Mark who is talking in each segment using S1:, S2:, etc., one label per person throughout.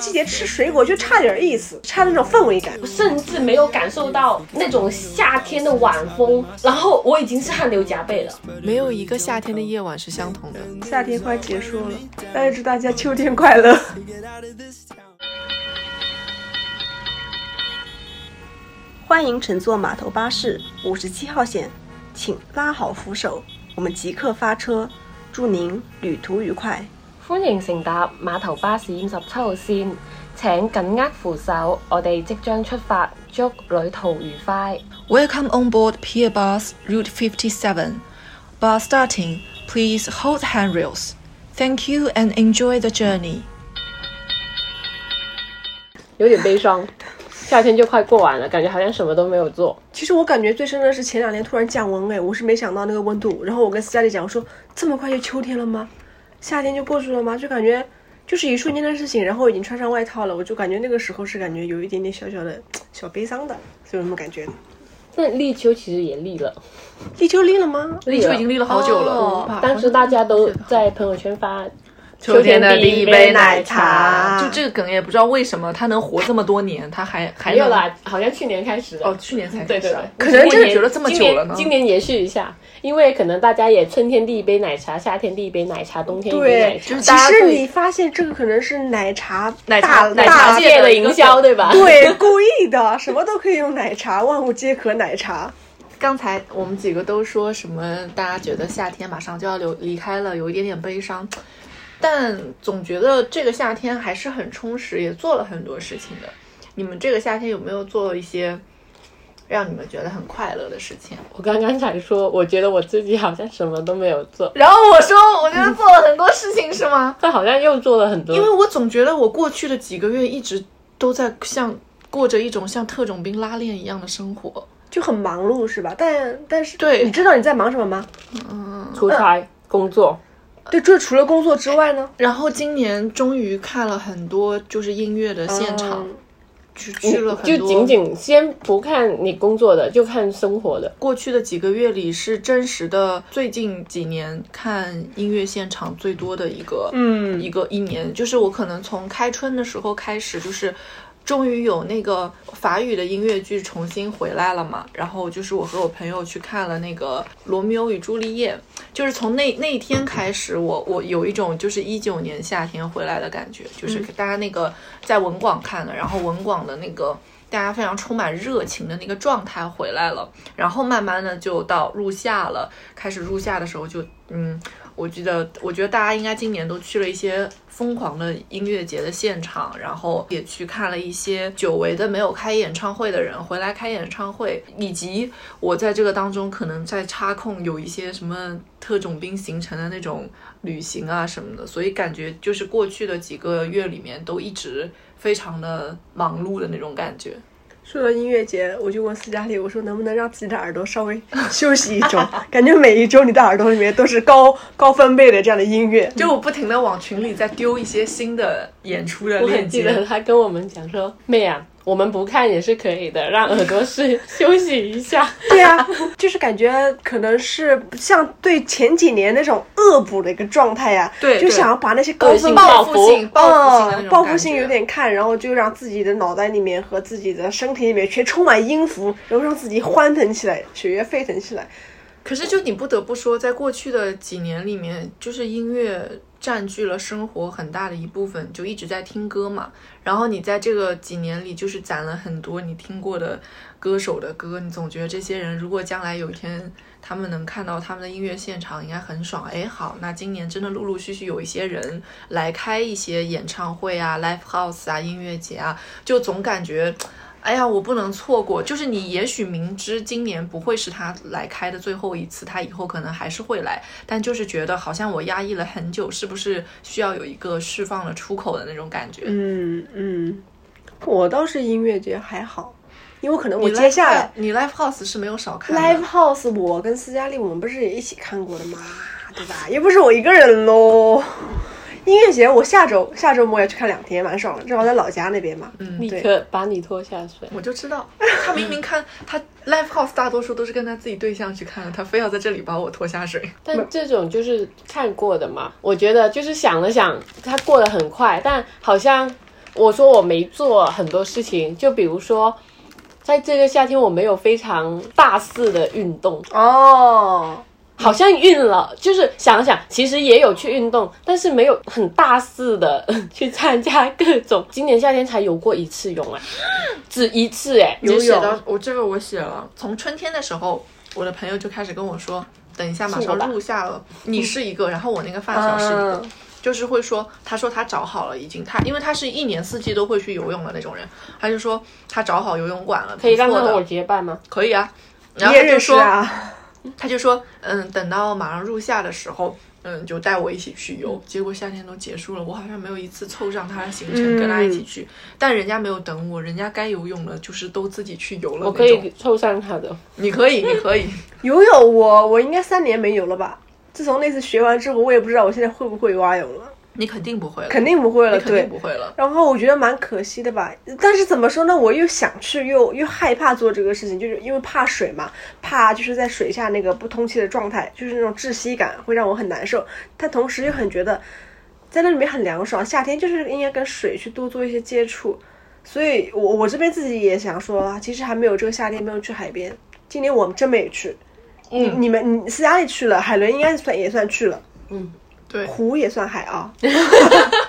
S1: 季节吃水果就差点意思，差那种氛围感。
S2: 甚至没有感受到那种夏天的晚风，然后我已经是汗流浃背了。
S3: 没有一个夏天的夜晚是相同的。
S1: 夏天快结束了，但是祝大家秋天快乐。
S4: 欢迎乘坐码头巴士五十七号线，请拉好扶手，我们即刻发车，祝您旅途愉快。
S2: 歡迎乘搭碼頭巴士五十七號線，請緊握扶手，我哋即將出發，祝旅途愉快。
S5: Welcome on board Pier Bus Route 57. Bus starting, please hold handrails. Thank you and enjoy the journey.
S2: 有點悲傷，夏天就快過完了，感覺好像什麼都沒有做。
S1: 其实我感觉最深的是前两天突然降温，哎，我是没想到那个温度。然后我跟斯嘉丽讲，我说这么快就秋天了吗？夏天就过去了吗？就感觉就是一瞬间的事情。然后我已经穿上外套了，我就感觉那个时候是感觉有一点点小小的小悲伤的，是有什么感觉的？
S2: 那立秋其实也立了，
S1: 立秋立了吗？
S2: 立
S3: 就
S2: 了
S3: 已经立了好久了，
S5: 哦
S3: 哇啊
S2: 当时大家都在朋友圈发
S3: 秋天的
S2: 第
S3: 第一
S2: 杯
S3: 杯奶
S2: 茶。
S3: 就这个梗也不知道为什么他能活这么多年，他还还
S2: 没有
S3: 能
S2: 啦，好像去年开始的。
S3: 哦，去年才
S2: 对对
S3: 开始
S2: 对
S3: 啊，，
S2: 我
S3: 可能
S2: 今
S3: 真的
S2: 年
S3: 觉得这么久了呢。
S2: 今年今年延续一下，因为可能大家也春天第一杯奶茶，夏天第一杯奶茶，冬天一杯奶
S1: 对，
S2: 茶。
S1: 其实你发现这个可能是奶茶
S3: 奶
S1: 大
S3: 茶奶
S1: 大
S3: 茶
S2: 界的营销对吧？
S1: 对， 故意的，什么都可以用奶茶，万物皆可奶茶。
S3: 刚才我们几个都说什么？大家觉得夏天马上就要流离开了，有一点点悲伤，但总觉得这个夏天还是很充实，也做了很多事情的。你们这个夏天有没有做一些让你们觉得很快乐的事情？
S2: 我刚刚才说，我觉得我自己好像什么都没有做，
S3: 然后我说，我觉得做了很多事情，是 吗？
S2: 但好像又做了很多。
S3: 因为我总觉得我过去的几个月一直都在像过着一种像特种兵拉练一样的生活。
S1: 就很忙碌是吧？但但是，
S3: 对
S1: 你知道你在忙什么吗？
S2: 出差、工作，
S1: 对，这除了工作之外呢？
S3: 然后今年终于看了很多就是音乐的现场，
S1: 嗯
S3: 去去了很
S2: 就
S3: 多。
S2: 仅仅先不看你工作的，就看生活的。
S3: 过去的几个月里是真实的，最近几年看音乐现场最多的一个，
S1: 嗯
S3: 一个一年，就是我可能从开春的时候开始，就是终于有那个法语的音乐剧重新回来了嘛，然后就是我和我朋友去看了那个《罗密欧与朱丽叶》，就是从那那一天开始，我我有一种就是一九年夏天回来的感觉，就是大家那个在文广看的，然后文广的那个。大家非常充满热情的那个状态回来了，然后慢慢的就到入夏了，开始入夏的时候就嗯，我记得，我觉得大家应该今年都去了一些疯狂的音乐节的现场，然后也去看了一些久违的没有开演唱会的人回来开演唱会，以及我在这个当中可能在插空有一些什么特种兵行程的那种旅行啊什么的，所以感觉就是过去的几个月里面都一直非常的忙碌的那种感觉。
S1: 说到音乐节，我就问斯嘉丽，我说能不能让自己的耳朵稍微 休息一周？感觉每一周你的耳朵里面都是高高分贝的这样的音
S2: 嗯
S1: 乐。
S3: 就我不停的往群里再丢一些新的演出的
S2: 我
S3: 链
S2: 很记
S3: 接，
S2: 得他跟我们讲说：“妹啊，我们不看也是可以的，让耳朵是 休息一下。
S1: 对啊，就是感觉可能是像对前几年那种恶补的一个状态呀、
S3: 对
S1: 就
S3: 对
S1: 想要把那些高
S2: 恶性
S1: 分
S2: 报
S3: 报
S2: 复
S3: 复性、报复性的那种感觉，
S1: 报复性有点看，然后就让自己的脑袋里面和自己的身体里面全充满音符，然后让自己欢腾起来，血液沸腾起来。
S3: 可是，就你不得不说，在过去的几年里面，就是音乐占据了生活很大的一部分，就一直在听歌嘛。然后你在这个几年里，就是攒了很多你听过的歌手的歌，你总觉得这些人如果将来有一天他们能看到他们的音乐现场，应该很爽。哎，好，那今年真的陆陆续续有一些人来开一些演唱会啊、live house 啊、音乐节啊，就总感觉。哎呀，我不能错过。就是你也许明知今年不会是他来开的最后一次，他以后可能还是会来，但就是觉得好像我压抑了很久，是不是需要有一个释放的出口的那种感觉？
S1: 嗯嗯，我倒是音乐节还好，因为可能我
S3: 你
S1: 接下
S3: live-
S1: 来
S3: 你 live house 是没有少看的
S1: live house，我跟斯嘉丽我们不是也一起看过的吗？对吧？又不是我一个人喽。音乐节我下周下周末要去看两天，蛮爽的，正好在老家那边嘛。嗯，
S2: 立
S1: 对
S2: 刻把你拖下水。
S3: 我就知道， 他明明看他 live house 大多数都是跟他自己对象去看的，他非要在这里把我拖下水。
S2: 但这种就是看过的嘛，我觉得就是想了想，它过得很快，但好像我说我没做很多事情，就比如说，在这个夏天我没有非常大肆的运动，
S1: 嗯哦，
S2: 好像运了，就是想想，其实也有去运动，但是没有很大肆的 去参加各种。今年夏天才游过一次泳 啊，只一次哎、
S3: 你
S1: 游
S3: 写
S1: 泳
S3: 到我这个我写了，从春天的时候，我的朋友就开始跟我说，等一下马
S2: 是我
S3: 上
S2: 吧
S3: 录下了，你是一个，然后我那个发哦小是一个，
S1: 嗯，
S3: 就是会说，他说他找好了已经，他因为他是一年四季都会去游泳的那种人，他就说他找好游泳馆了，
S2: 可以让
S3: 不
S2: 他
S3: 错
S2: 和我
S3: 的，
S2: 结伴吗？
S3: 可以啊。然
S1: 你
S3: 后他
S1: 也
S3: 就
S1: 认识
S3: 说，
S1: 啊？
S3: 他就说，嗯，等到马上入夏的时候，嗯，就带我一起去
S1: 嗯
S3: 游。结果夏天都结束了，我好像没有一次凑上他的行程
S1: 嗯
S3: 跟他一起去，但人家没有等我，人家该游泳的就是都自己去游了
S2: 我可
S3: 那种。
S2: 以凑上他的。
S3: 你可以，你可以。
S1: 游泳我我应该三年没游了吧？自从那次学完之后，我也不知道我现在会不会蛙泳了，
S3: 你肯定不会了，
S1: 肯定不会了，
S3: 你肯
S1: 对
S3: 定。不会了。
S1: 然后我觉得蛮可惜的吧，但是怎么说呢？我又想去，又又害怕做这个事情，就是因为怕水嘛，怕就是在水下那个不通气的状态，就是那种窒息感会让我很难受。但同时又很觉得在那里面很凉爽，夏天就是应该跟水去多做一些接触。所以我我这边自己也想说，啊，其实还没有这个夏天没有去海边，今年我们真没去。你你们你斯嘉丽去了，海伦应该算也算去了，
S3: 对，
S1: 湖也算海啊。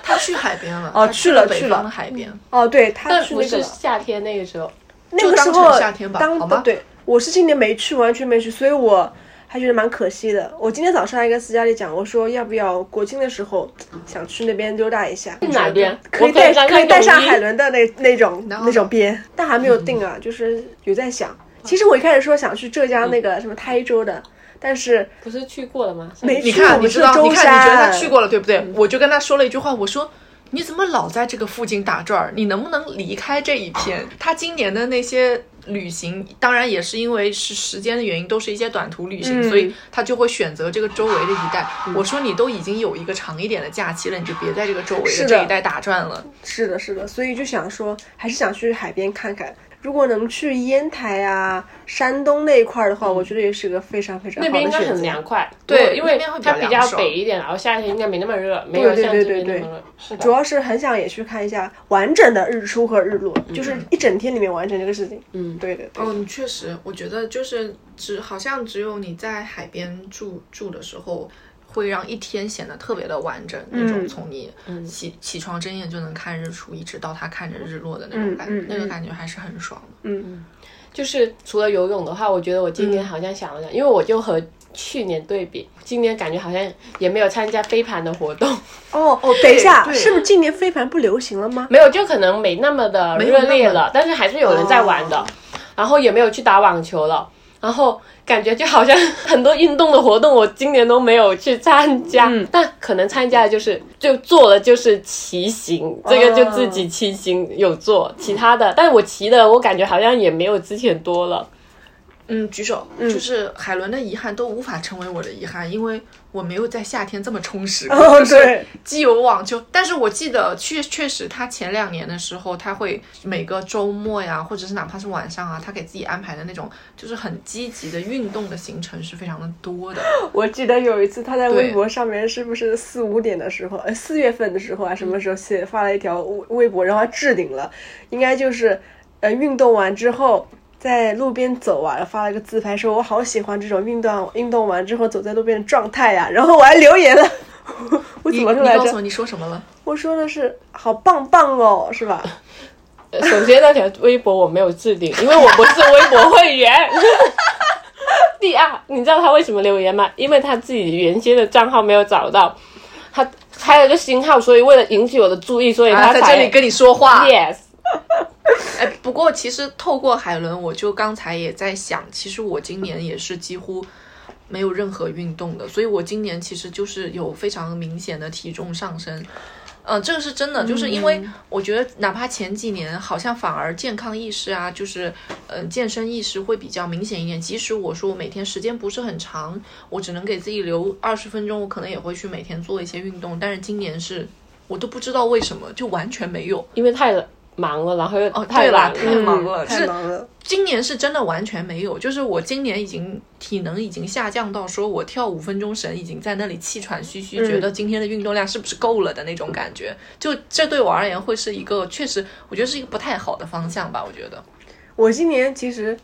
S3: 他去海边了，
S1: 哦
S3: 他
S1: 去了
S3: 北
S1: 去
S3: 方
S1: 了
S3: 海边。
S1: 哦，对，他
S2: 但
S1: 去
S2: 不
S1: 那个
S2: 是
S1: 了。
S2: 夏天那个时候，
S1: 那个时
S3: 就当
S1: 候
S3: 成夏天吧好
S1: 当
S3: 吗
S1: 对，我是今年没去，完全没去，所以我还觉得蛮可惜的。我今天早上还跟斯嘉丽讲，我说要不要国庆的时候想去那边溜达一下，
S2: 去哪边？
S1: 可以
S2: 我可
S1: 带
S2: 以让
S1: 可以带上海
S2: 了。
S1: 伦的那那种
S3: 然后嗯
S1: 那种边，但还没有定啊，就是有在想。其实我一开始说想去浙江那个什么台州的，但是
S2: 不是去过了吗？
S1: 没
S3: 你
S1: 去我
S3: 看，你
S1: 们
S3: 知
S1: 去
S3: 道，你
S1: 舟
S3: 看，你觉得
S1: 山。
S3: 他
S1: 嗯
S3: 去过了，对不对？我就跟他说了一句话，我说。你怎么老在这个附近打转儿？你能不能离开这一片？他今年的那些旅行，当然也是因为是时间的原因，都是一些短途旅行，
S1: 嗯
S3: 所以他就会选择这个周围的一带。我说你都已经有一个长一点的假期了，你就别在这个周围
S1: 是
S3: 的
S1: 的
S3: 这一带打转了。
S1: 是的，是的，所以就想说，还是想去海边看看。如果能去烟台啊、山东那一块儿的话，我觉得也是个非常非常
S2: 嗯那
S1: 好的
S2: 边
S1: 选
S2: 应
S1: 择。
S2: 该很凉快，
S3: 对
S2: 因为
S3: 那边会比较
S2: 它比较
S3: 凉爽
S2: 北一点，然后夏天应该没那么热，没有
S1: 对
S2: 像
S1: 对
S2: 这
S1: 对
S2: 边那么热。是
S1: 主
S2: 的，
S1: 要是很想也去看一下完整的日出和日落，就是一整天里面完成这个事情。
S2: 嗯
S1: 对对对，
S3: 哦，你确实，我觉得就是只好像只有你在海边住住的时候，会让一天显得特别的完整，那种
S1: 嗯
S3: 从你起起床睁眼就能看日出，一直到他看着日落的那种
S1: 嗯
S3: 感
S1: 嗯
S3: 那个
S1: 嗯
S3: 感觉还是很爽的。
S1: 嗯，
S2: 就是除了游泳的话，我觉得我今年好像想了想，因为我就和去年对比，今年感觉好像也没有参加飞盘的活动，
S1: 哦哦，等一下，
S3: 对
S1: 是不是今年飞盘不流行了吗？
S2: 没有就可能没那么的
S3: 没有
S2: 热
S3: 那
S2: 烈
S3: 么
S2: 了，但是还是有人在玩的，
S1: 哦
S2: 然后也没有去打网球了。然后感觉就好像很多运动的活动，我今年都没有去参加。
S1: 嗯
S2: 但可能参加的就是就做了就是骑行，这个就自己骑行有做，其他的，但我骑的我感觉好像也没有之前多了。
S3: 嗯，举手，就是海伦的遗憾都无法成为我的遗憾，因为我没有在夏天这么 充实过。
S1: 哦，
S3: 就是
S1: 对，
S3: 既有网球，但是我记得确确实，他前两年的时候，他会每个周末呀，或者是哪怕是晚上啊，他给自己安排的那种就是很积极的运动的行程是非常的多的。
S1: 我记得有一次他在
S3: 对
S1: 微博上面，是不是四五点的时候，呃，四月份的时候啊，什么时候写发了一条微微博，然后他置顶了，应该就是，呃，运动完之后。在路边走啊，发了个自拍，说我好喜欢这种运动，运动完之后走在路边的状态呀、然后我还留言了， 我怎
S3: 你
S1: 么说
S3: 你
S1: 来
S3: 告
S1: 着
S3: 诉？我你说什么了？
S1: 我说的是好棒棒哦，是吧？
S2: 呃首先那条微博我没有置顶，因为我不是微博会员。 第二，你知道他为什么留言吗？因为他自己原先的账号没有找到，他开了个新号，所以为了引起我的注意，所以
S3: 啊，
S2: 他才、
S3: 在这里跟 你说话。
S2: yes。
S3: 哎，不过其实透过海伦，我就刚才也在想，其实我今年也是几乎没有任何运动的，所以我今年其实就是有非常明显的体重上升。嗯，这个是真的，就是因为我觉得，哪怕前几年好像反而健康意识啊，就是呃健身意识会比较明显一点。即使我说我每天时间不是很长，我只能给自己留二十分钟，我可能也会去每天做一些运动。但是今年是我都不知道为什么，就完全没有。
S2: 因为太忙了，然后又
S3: 哦，
S2: 太
S3: 对
S2: 懒
S3: 了，
S2: 了
S3: 太忙了，就
S1: 嗯太
S3: 是
S1: 忙了。
S3: 今年是真的完全没有，就是我今年已经体能已经下降到说我跳五分钟绳已经在那里气喘吁
S1: 嗯
S3: 吁，觉得今天的运动量是不是够了的那种感觉。就这对我而言会是一个确实，我觉得是一个不太好的方向吧。我觉得，
S1: 我今年其实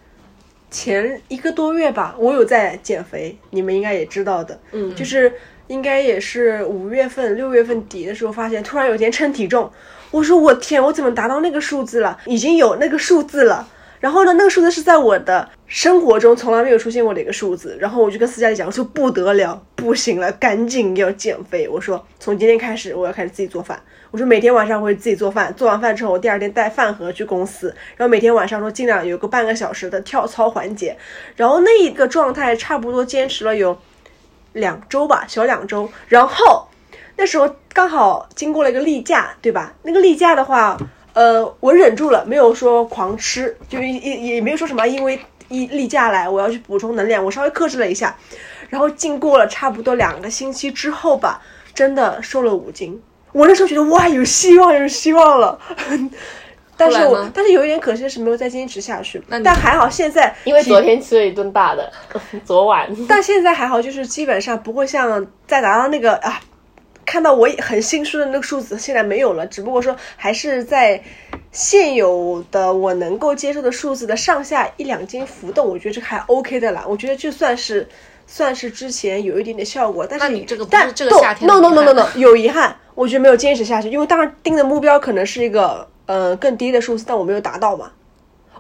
S1: 前一个多月吧，我有在减肥，你们应该也知道的，嗯，就是应该也是五月份、六月份底的时候，发现突然有一天称体重，我说我天，我怎么达到那个数字了？已经有那个数字了。然后呢，那个数字是在我的生活中从来没有出现过的一个数字。然后我就跟私家里讲，我说不得了，不行了，赶紧要减肥。我说从今天开始，我要开始自己做饭。我说每天晚上我会自己做饭，做完饭之后，我第二天带饭盒去公司。然后每天晚上说尽量有个半个小时的跳操环节。然后那一个状态差不多坚持了有两周吧，小两周。然后那时候刚好经过了一个例假，对吧？那个例假的话，呃，我忍住了，没有说狂吃，就也也也没有说什么，因为一例假来我要去补充能量，我稍微克制了一下。然后经过了差不多两个星期之后吧，真的瘦了五斤。我那时候觉得哇，有希望，有希望了。 但是
S3: 后来
S1: 我
S3: 呢
S1: 但是有一点可惜的是没有再坚持下去
S3: 那，你
S1: 但还好现在
S2: 因为
S1: 体
S2: 昨天吃了一顿大的， 昨晚
S1: 但现在还好，就是基本上不会像再达到那个啊，看到我很心虚的那个数字，现在没有了。只不过说还是在现有的我能够接受的数字的上下一两斤浮动，我觉得这个还 OK 的啦。我觉得就算是算是之前有一点点效果，但是
S3: 那你这个不
S1: 但
S3: 是这个夏天的
S1: no no no no
S3: 遗
S1: no 有遗憾，我觉得没有坚持下去，因为当时定的目标可能是一个呃更低的数字，但我没有达到嘛。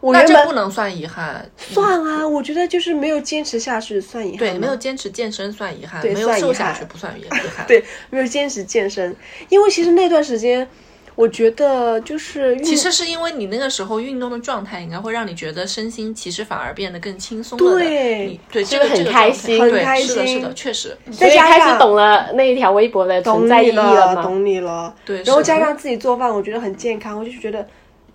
S1: 我
S3: 那
S1: 原
S3: 这不
S1: 本
S3: 能算遗憾，嗯
S1: 算啊，我觉得就是没有坚持下去算遗憾。
S3: 对，没有。坚持健身算遗憾，
S1: 对
S3: 没有
S1: 算遗
S3: 瘦下
S1: 憾
S3: 去不算遗 憾。，
S1: 对，没有坚持健身，因为其实那段时间，我觉得就是运
S3: 其实是因为你那个时候运动的状态，应该会让你觉得身心其实反而变得更轻松了的。
S1: 对
S3: 你对，
S2: 是
S3: 这
S2: 不
S3: 个
S2: 是很
S3: 这个
S2: 开
S3: 状态
S2: 心
S1: 很
S3: 对，
S1: 开
S3: 是的，是
S1: 心嗯
S3: 的，确实，
S2: 所
S1: 再
S2: 以
S1: 加
S2: 开
S1: 上
S2: 始懂了那一条微博的
S1: 懂
S2: 存在意
S1: 你
S2: 义了
S1: 了，
S2: 吗？
S1: 懂你了。
S3: 对
S1: 然后
S3: 是的
S1: 加上自己做饭，我觉得很健康，我就是觉得。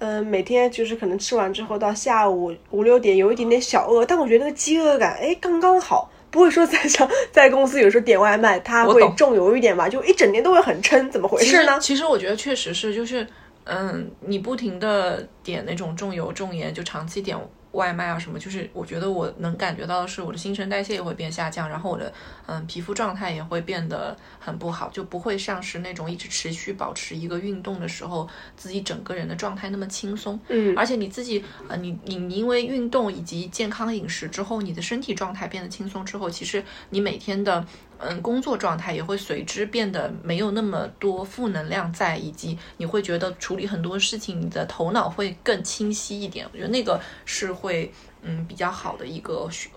S1: 嗯，每天就是可能吃完之后到下午五六点有一点点小饿，但我觉得那个饥饿感，哎，刚刚好，不会说在像在公司有时候点外卖，它
S3: 我
S1: 会
S3: 懂
S1: 重油一点吧，就一整天都会很撑，怎么回
S3: 其
S1: 事
S3: 实
S1: 呢？
S3: 其实我觉得确实是，就是嗯，你不停的点那种重油重盐，就长期点外卖啊什么，就是我觉得我能感觉到的是，我的新陈代谢也会变下降，然后我的嗯皮肤状态也会变得很不好，就不会像是那种一直持续保持一个运动的时候，自己整个人的状态那么轻松。
S1: 嗯
S3: 而且你自己呃，你你你因为运动以及健康饮食之后，你的身体状态变得轻松之后，其实你每天的嗯工作状态也会随之变得没有那么多负能量在，以及你会觉得处理很多事情，你的头脑会更清晰一点。我觉得那个是会嗯比较好的一个学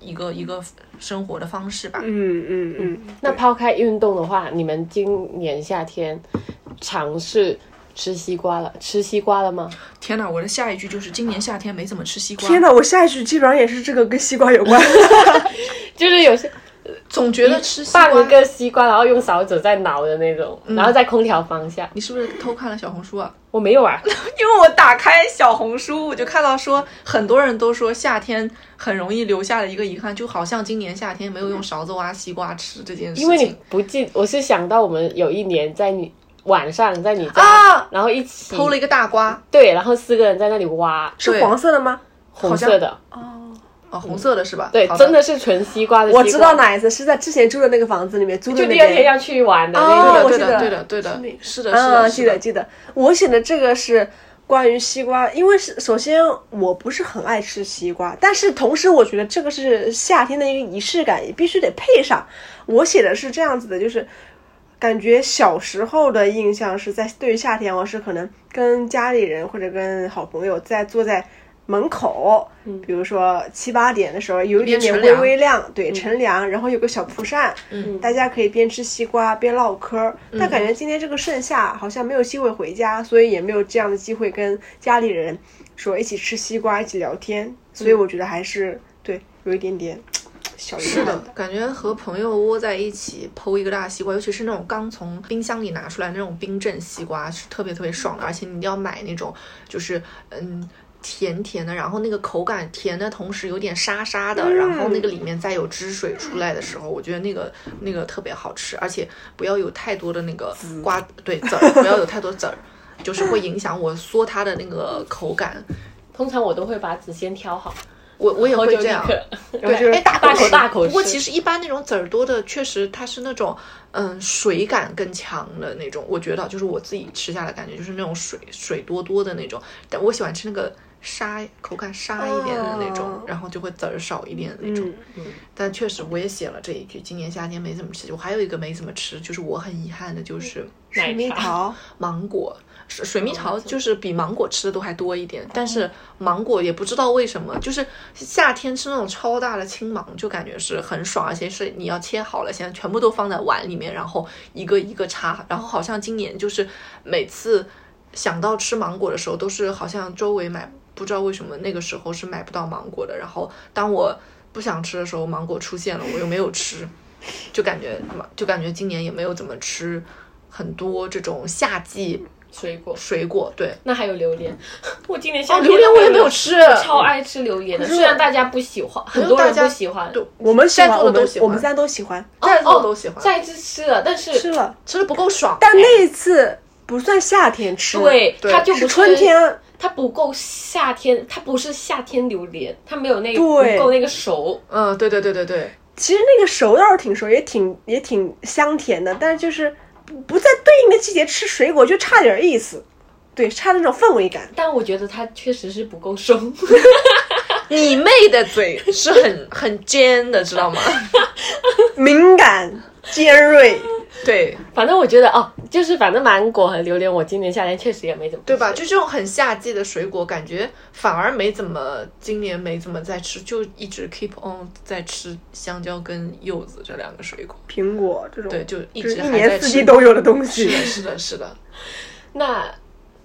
S3: 一个一个生活的方式吧。
S1: 嗯嗯嗯，
S2: 那抛开运动的话，你们今年夏天尝试吃西瓜了？吃西瓜了吗？
S3: 天哪，我的下一句就是今年夏天没怎么吃西瓜，
S1: 天哪，我下一句基本上也是这个跟西瓜有关。
S2: 就是有些
S3: 总觉得吃西瓜
S2: 半。个西瓜，嗯然后用勺子在挠的那种，然后在空调方向。
S3: 你是不是偷看了小红书啊？
S2: 我没有啊，
S3: 因为我打开小红书，我就看到说很多人都说夏天很容易留下的一个遗憾，就好像今年夏天没有用勺子挖西瓜吃这件事情。
S2: 因为你不记，我是想到我们有一年在你晚上在你家，
S3: 啊
S2: 然后一起
S3: 偷了一个大瓜，
S2: 对，然后四个人在那里 挖
S1: 是
S3: 对
S1: 黄色的吗？
S2: 红色的，
S3: 哦，红色的是吧？
S2: 对
S3: 好，
S2: 真的是纯西瓜的西瓜。
S1: 我知道哪一次是在之前住的那个房子里面租的
S2: 就
S1: 那
S2: 第二天
S1: 边。
S2: 要去玩的
S1: 哦
S2: 那
S1: 我
S2: 种。
S3: 对
S1: 记得
S3: 的，对的，对的，
S1: 是
S3: 对
S1: 那
S3: 的，是的，
S1: 啊，
S3: 是
S1: 记得
S3: 的，
S1: 记得，我写的这个是关于西瓜，因为是首先我不是很爱吃西瓜，但是同时我觉得这个是夏天的一个仪式感，也必须得配上。我写的是这样子的，就是感觉小时候的印象是在对于夏天，我是可能跟家里人或者跟好朋友在坐在门口，比如说七八点的时候，有一点
S3: 嗯边
S1: 点微
S3: 乘凉嗯
S1: 微亮，对，乘凉，然后有个小蒲扇，大家可以边吃西瓜边唠嗑儿。
S3: 嗯
S1: 但感觉今天这个盛夏好像没有机会回家，所以也没有这样的机会跟家里人说一起吃西瓜，一起聊天。所以我觉得还是对，有一点点小遗憾
S3: 嗯是的，感觉和朋友窝在一起剖一个大西瓜，尤其是那种刚从冰箱里拿出来那种冰镇西瓜，是特别特别爽的。而且你一定要买那种，就是嗯。甜甜的，然后那个口感甜的同时有点沙沙的，
S2: 嗯
S3: 然后那个里面再有汁水出来的时候，我觉得那个那个特别好吃，而且不要有太多的那个瓜，对籽儿，不要有太多籽儿，就是会影响我嗦它的那个口感。
S2: 通常我都会把籽先挑好，
S3: 我我也
S2: 然后
S3: 会
S2: 就
S3: 这
S2: 立
S3: 样。
S2: 刻，
S1: 对就是
S3: 哎，大
S2: 大
S3: 口
S2: 口
S3: 吃
S2: 大口
S3: 不过
S2: 吃
S3: 其实一般那种籽儿多的，确实它是那种嗯水感更强的那种。我觉得就是我自己吃下来感觉就是那种水水多多的那种，但我喜欢吃那个沙口感沙一点的那种，
S1: 哦
S3: 然后就会籽儿少一点的那种。
S1: 嗯，
S3: 但确实我也写了这一句，今年夏天没怎么吃。我还有一个没怎么吃，就是我很遗憾的就是
S2: 奶
S4: 蜜
S2: 茶
S4: 桃，
S3: 芒果。水水蜜桃就是比芒果吃的都还多一点，但是芒果也不知道为什么，就是夏天吃那种超大的青芒，就感觉是很爽，而且是你要切好了，现在全部都放在碗里面，然后一个一个插，然后好像今年就是每次想到吃芒果的时候，都是好像周围买，不知道为什么那个时候是买不到芒果的，然后当我不想吃的时候，芒果出现了，我又没有吃，就感觉就感觉今年也没有怎么吃很多这种夏季
S2: 水果。
S3: 水果，对。
S2: 那还有榴莲，我今年夏
S3: 哦，
S2: 天
S3: 榴莲我也没有吃，
S2: 超爱吃榴莲的，虽然大家不喜欢，很多
S3: 大
S2: 人
S3: 家
S2: 不喜欢，
S3: 对
S1: 我们喜
S3: 在
S1: 欢，
S3: 座
S1: 我
S3: 的
S1: 们
S3: 都喜
S1: 我
S3: 欢，
S1: 们三都喜欢，
S3: 哦在座
S2: 哦
S3: 都喜欢，
S2: 再次吃了，但是
S1: 吃了，
S3: 吃的不够爽，
S1: 但那一次不算夏天吃，
S2: 对
S3: 对
S2: 它就不
S1: 是
S2: 是
S1: 春天，
S2: 它不够夏天，它不是夏天榴莲，它没有那个
S1: 对
S2: 不够那个熟。
S3: 嗯，对对对对对，
S1: 其实那个熟倒是挺熟，也挺也挺香甜的，但是就是不不在对应的季节吃水果就差点意思，对，差那种氛围感。
S2: 但我觉得它确实是不够熟，
S3: 你妹的嘴是很很尖的，知道吗？
S1: 敏感、尖锐，
S3: 对
S2: 反正我觉得哦，就是反正芒果和榴莲，我今年夏天确实也没怎么吃
S3: 对吧？就这种很夏季的水果，感觉反而没怎么，今年没怎么在吃，就一直 keep on 在吃香蕉跟柚子这两个水果。
S1: 苹果这种，
S3: 对，就一
S1: 就是一
S3: 直还在
S1: 年
S3: 吃
S1: 四季都有的东
S3: 是的，
S1: 西。
S3: 是的，是的，
S2: 那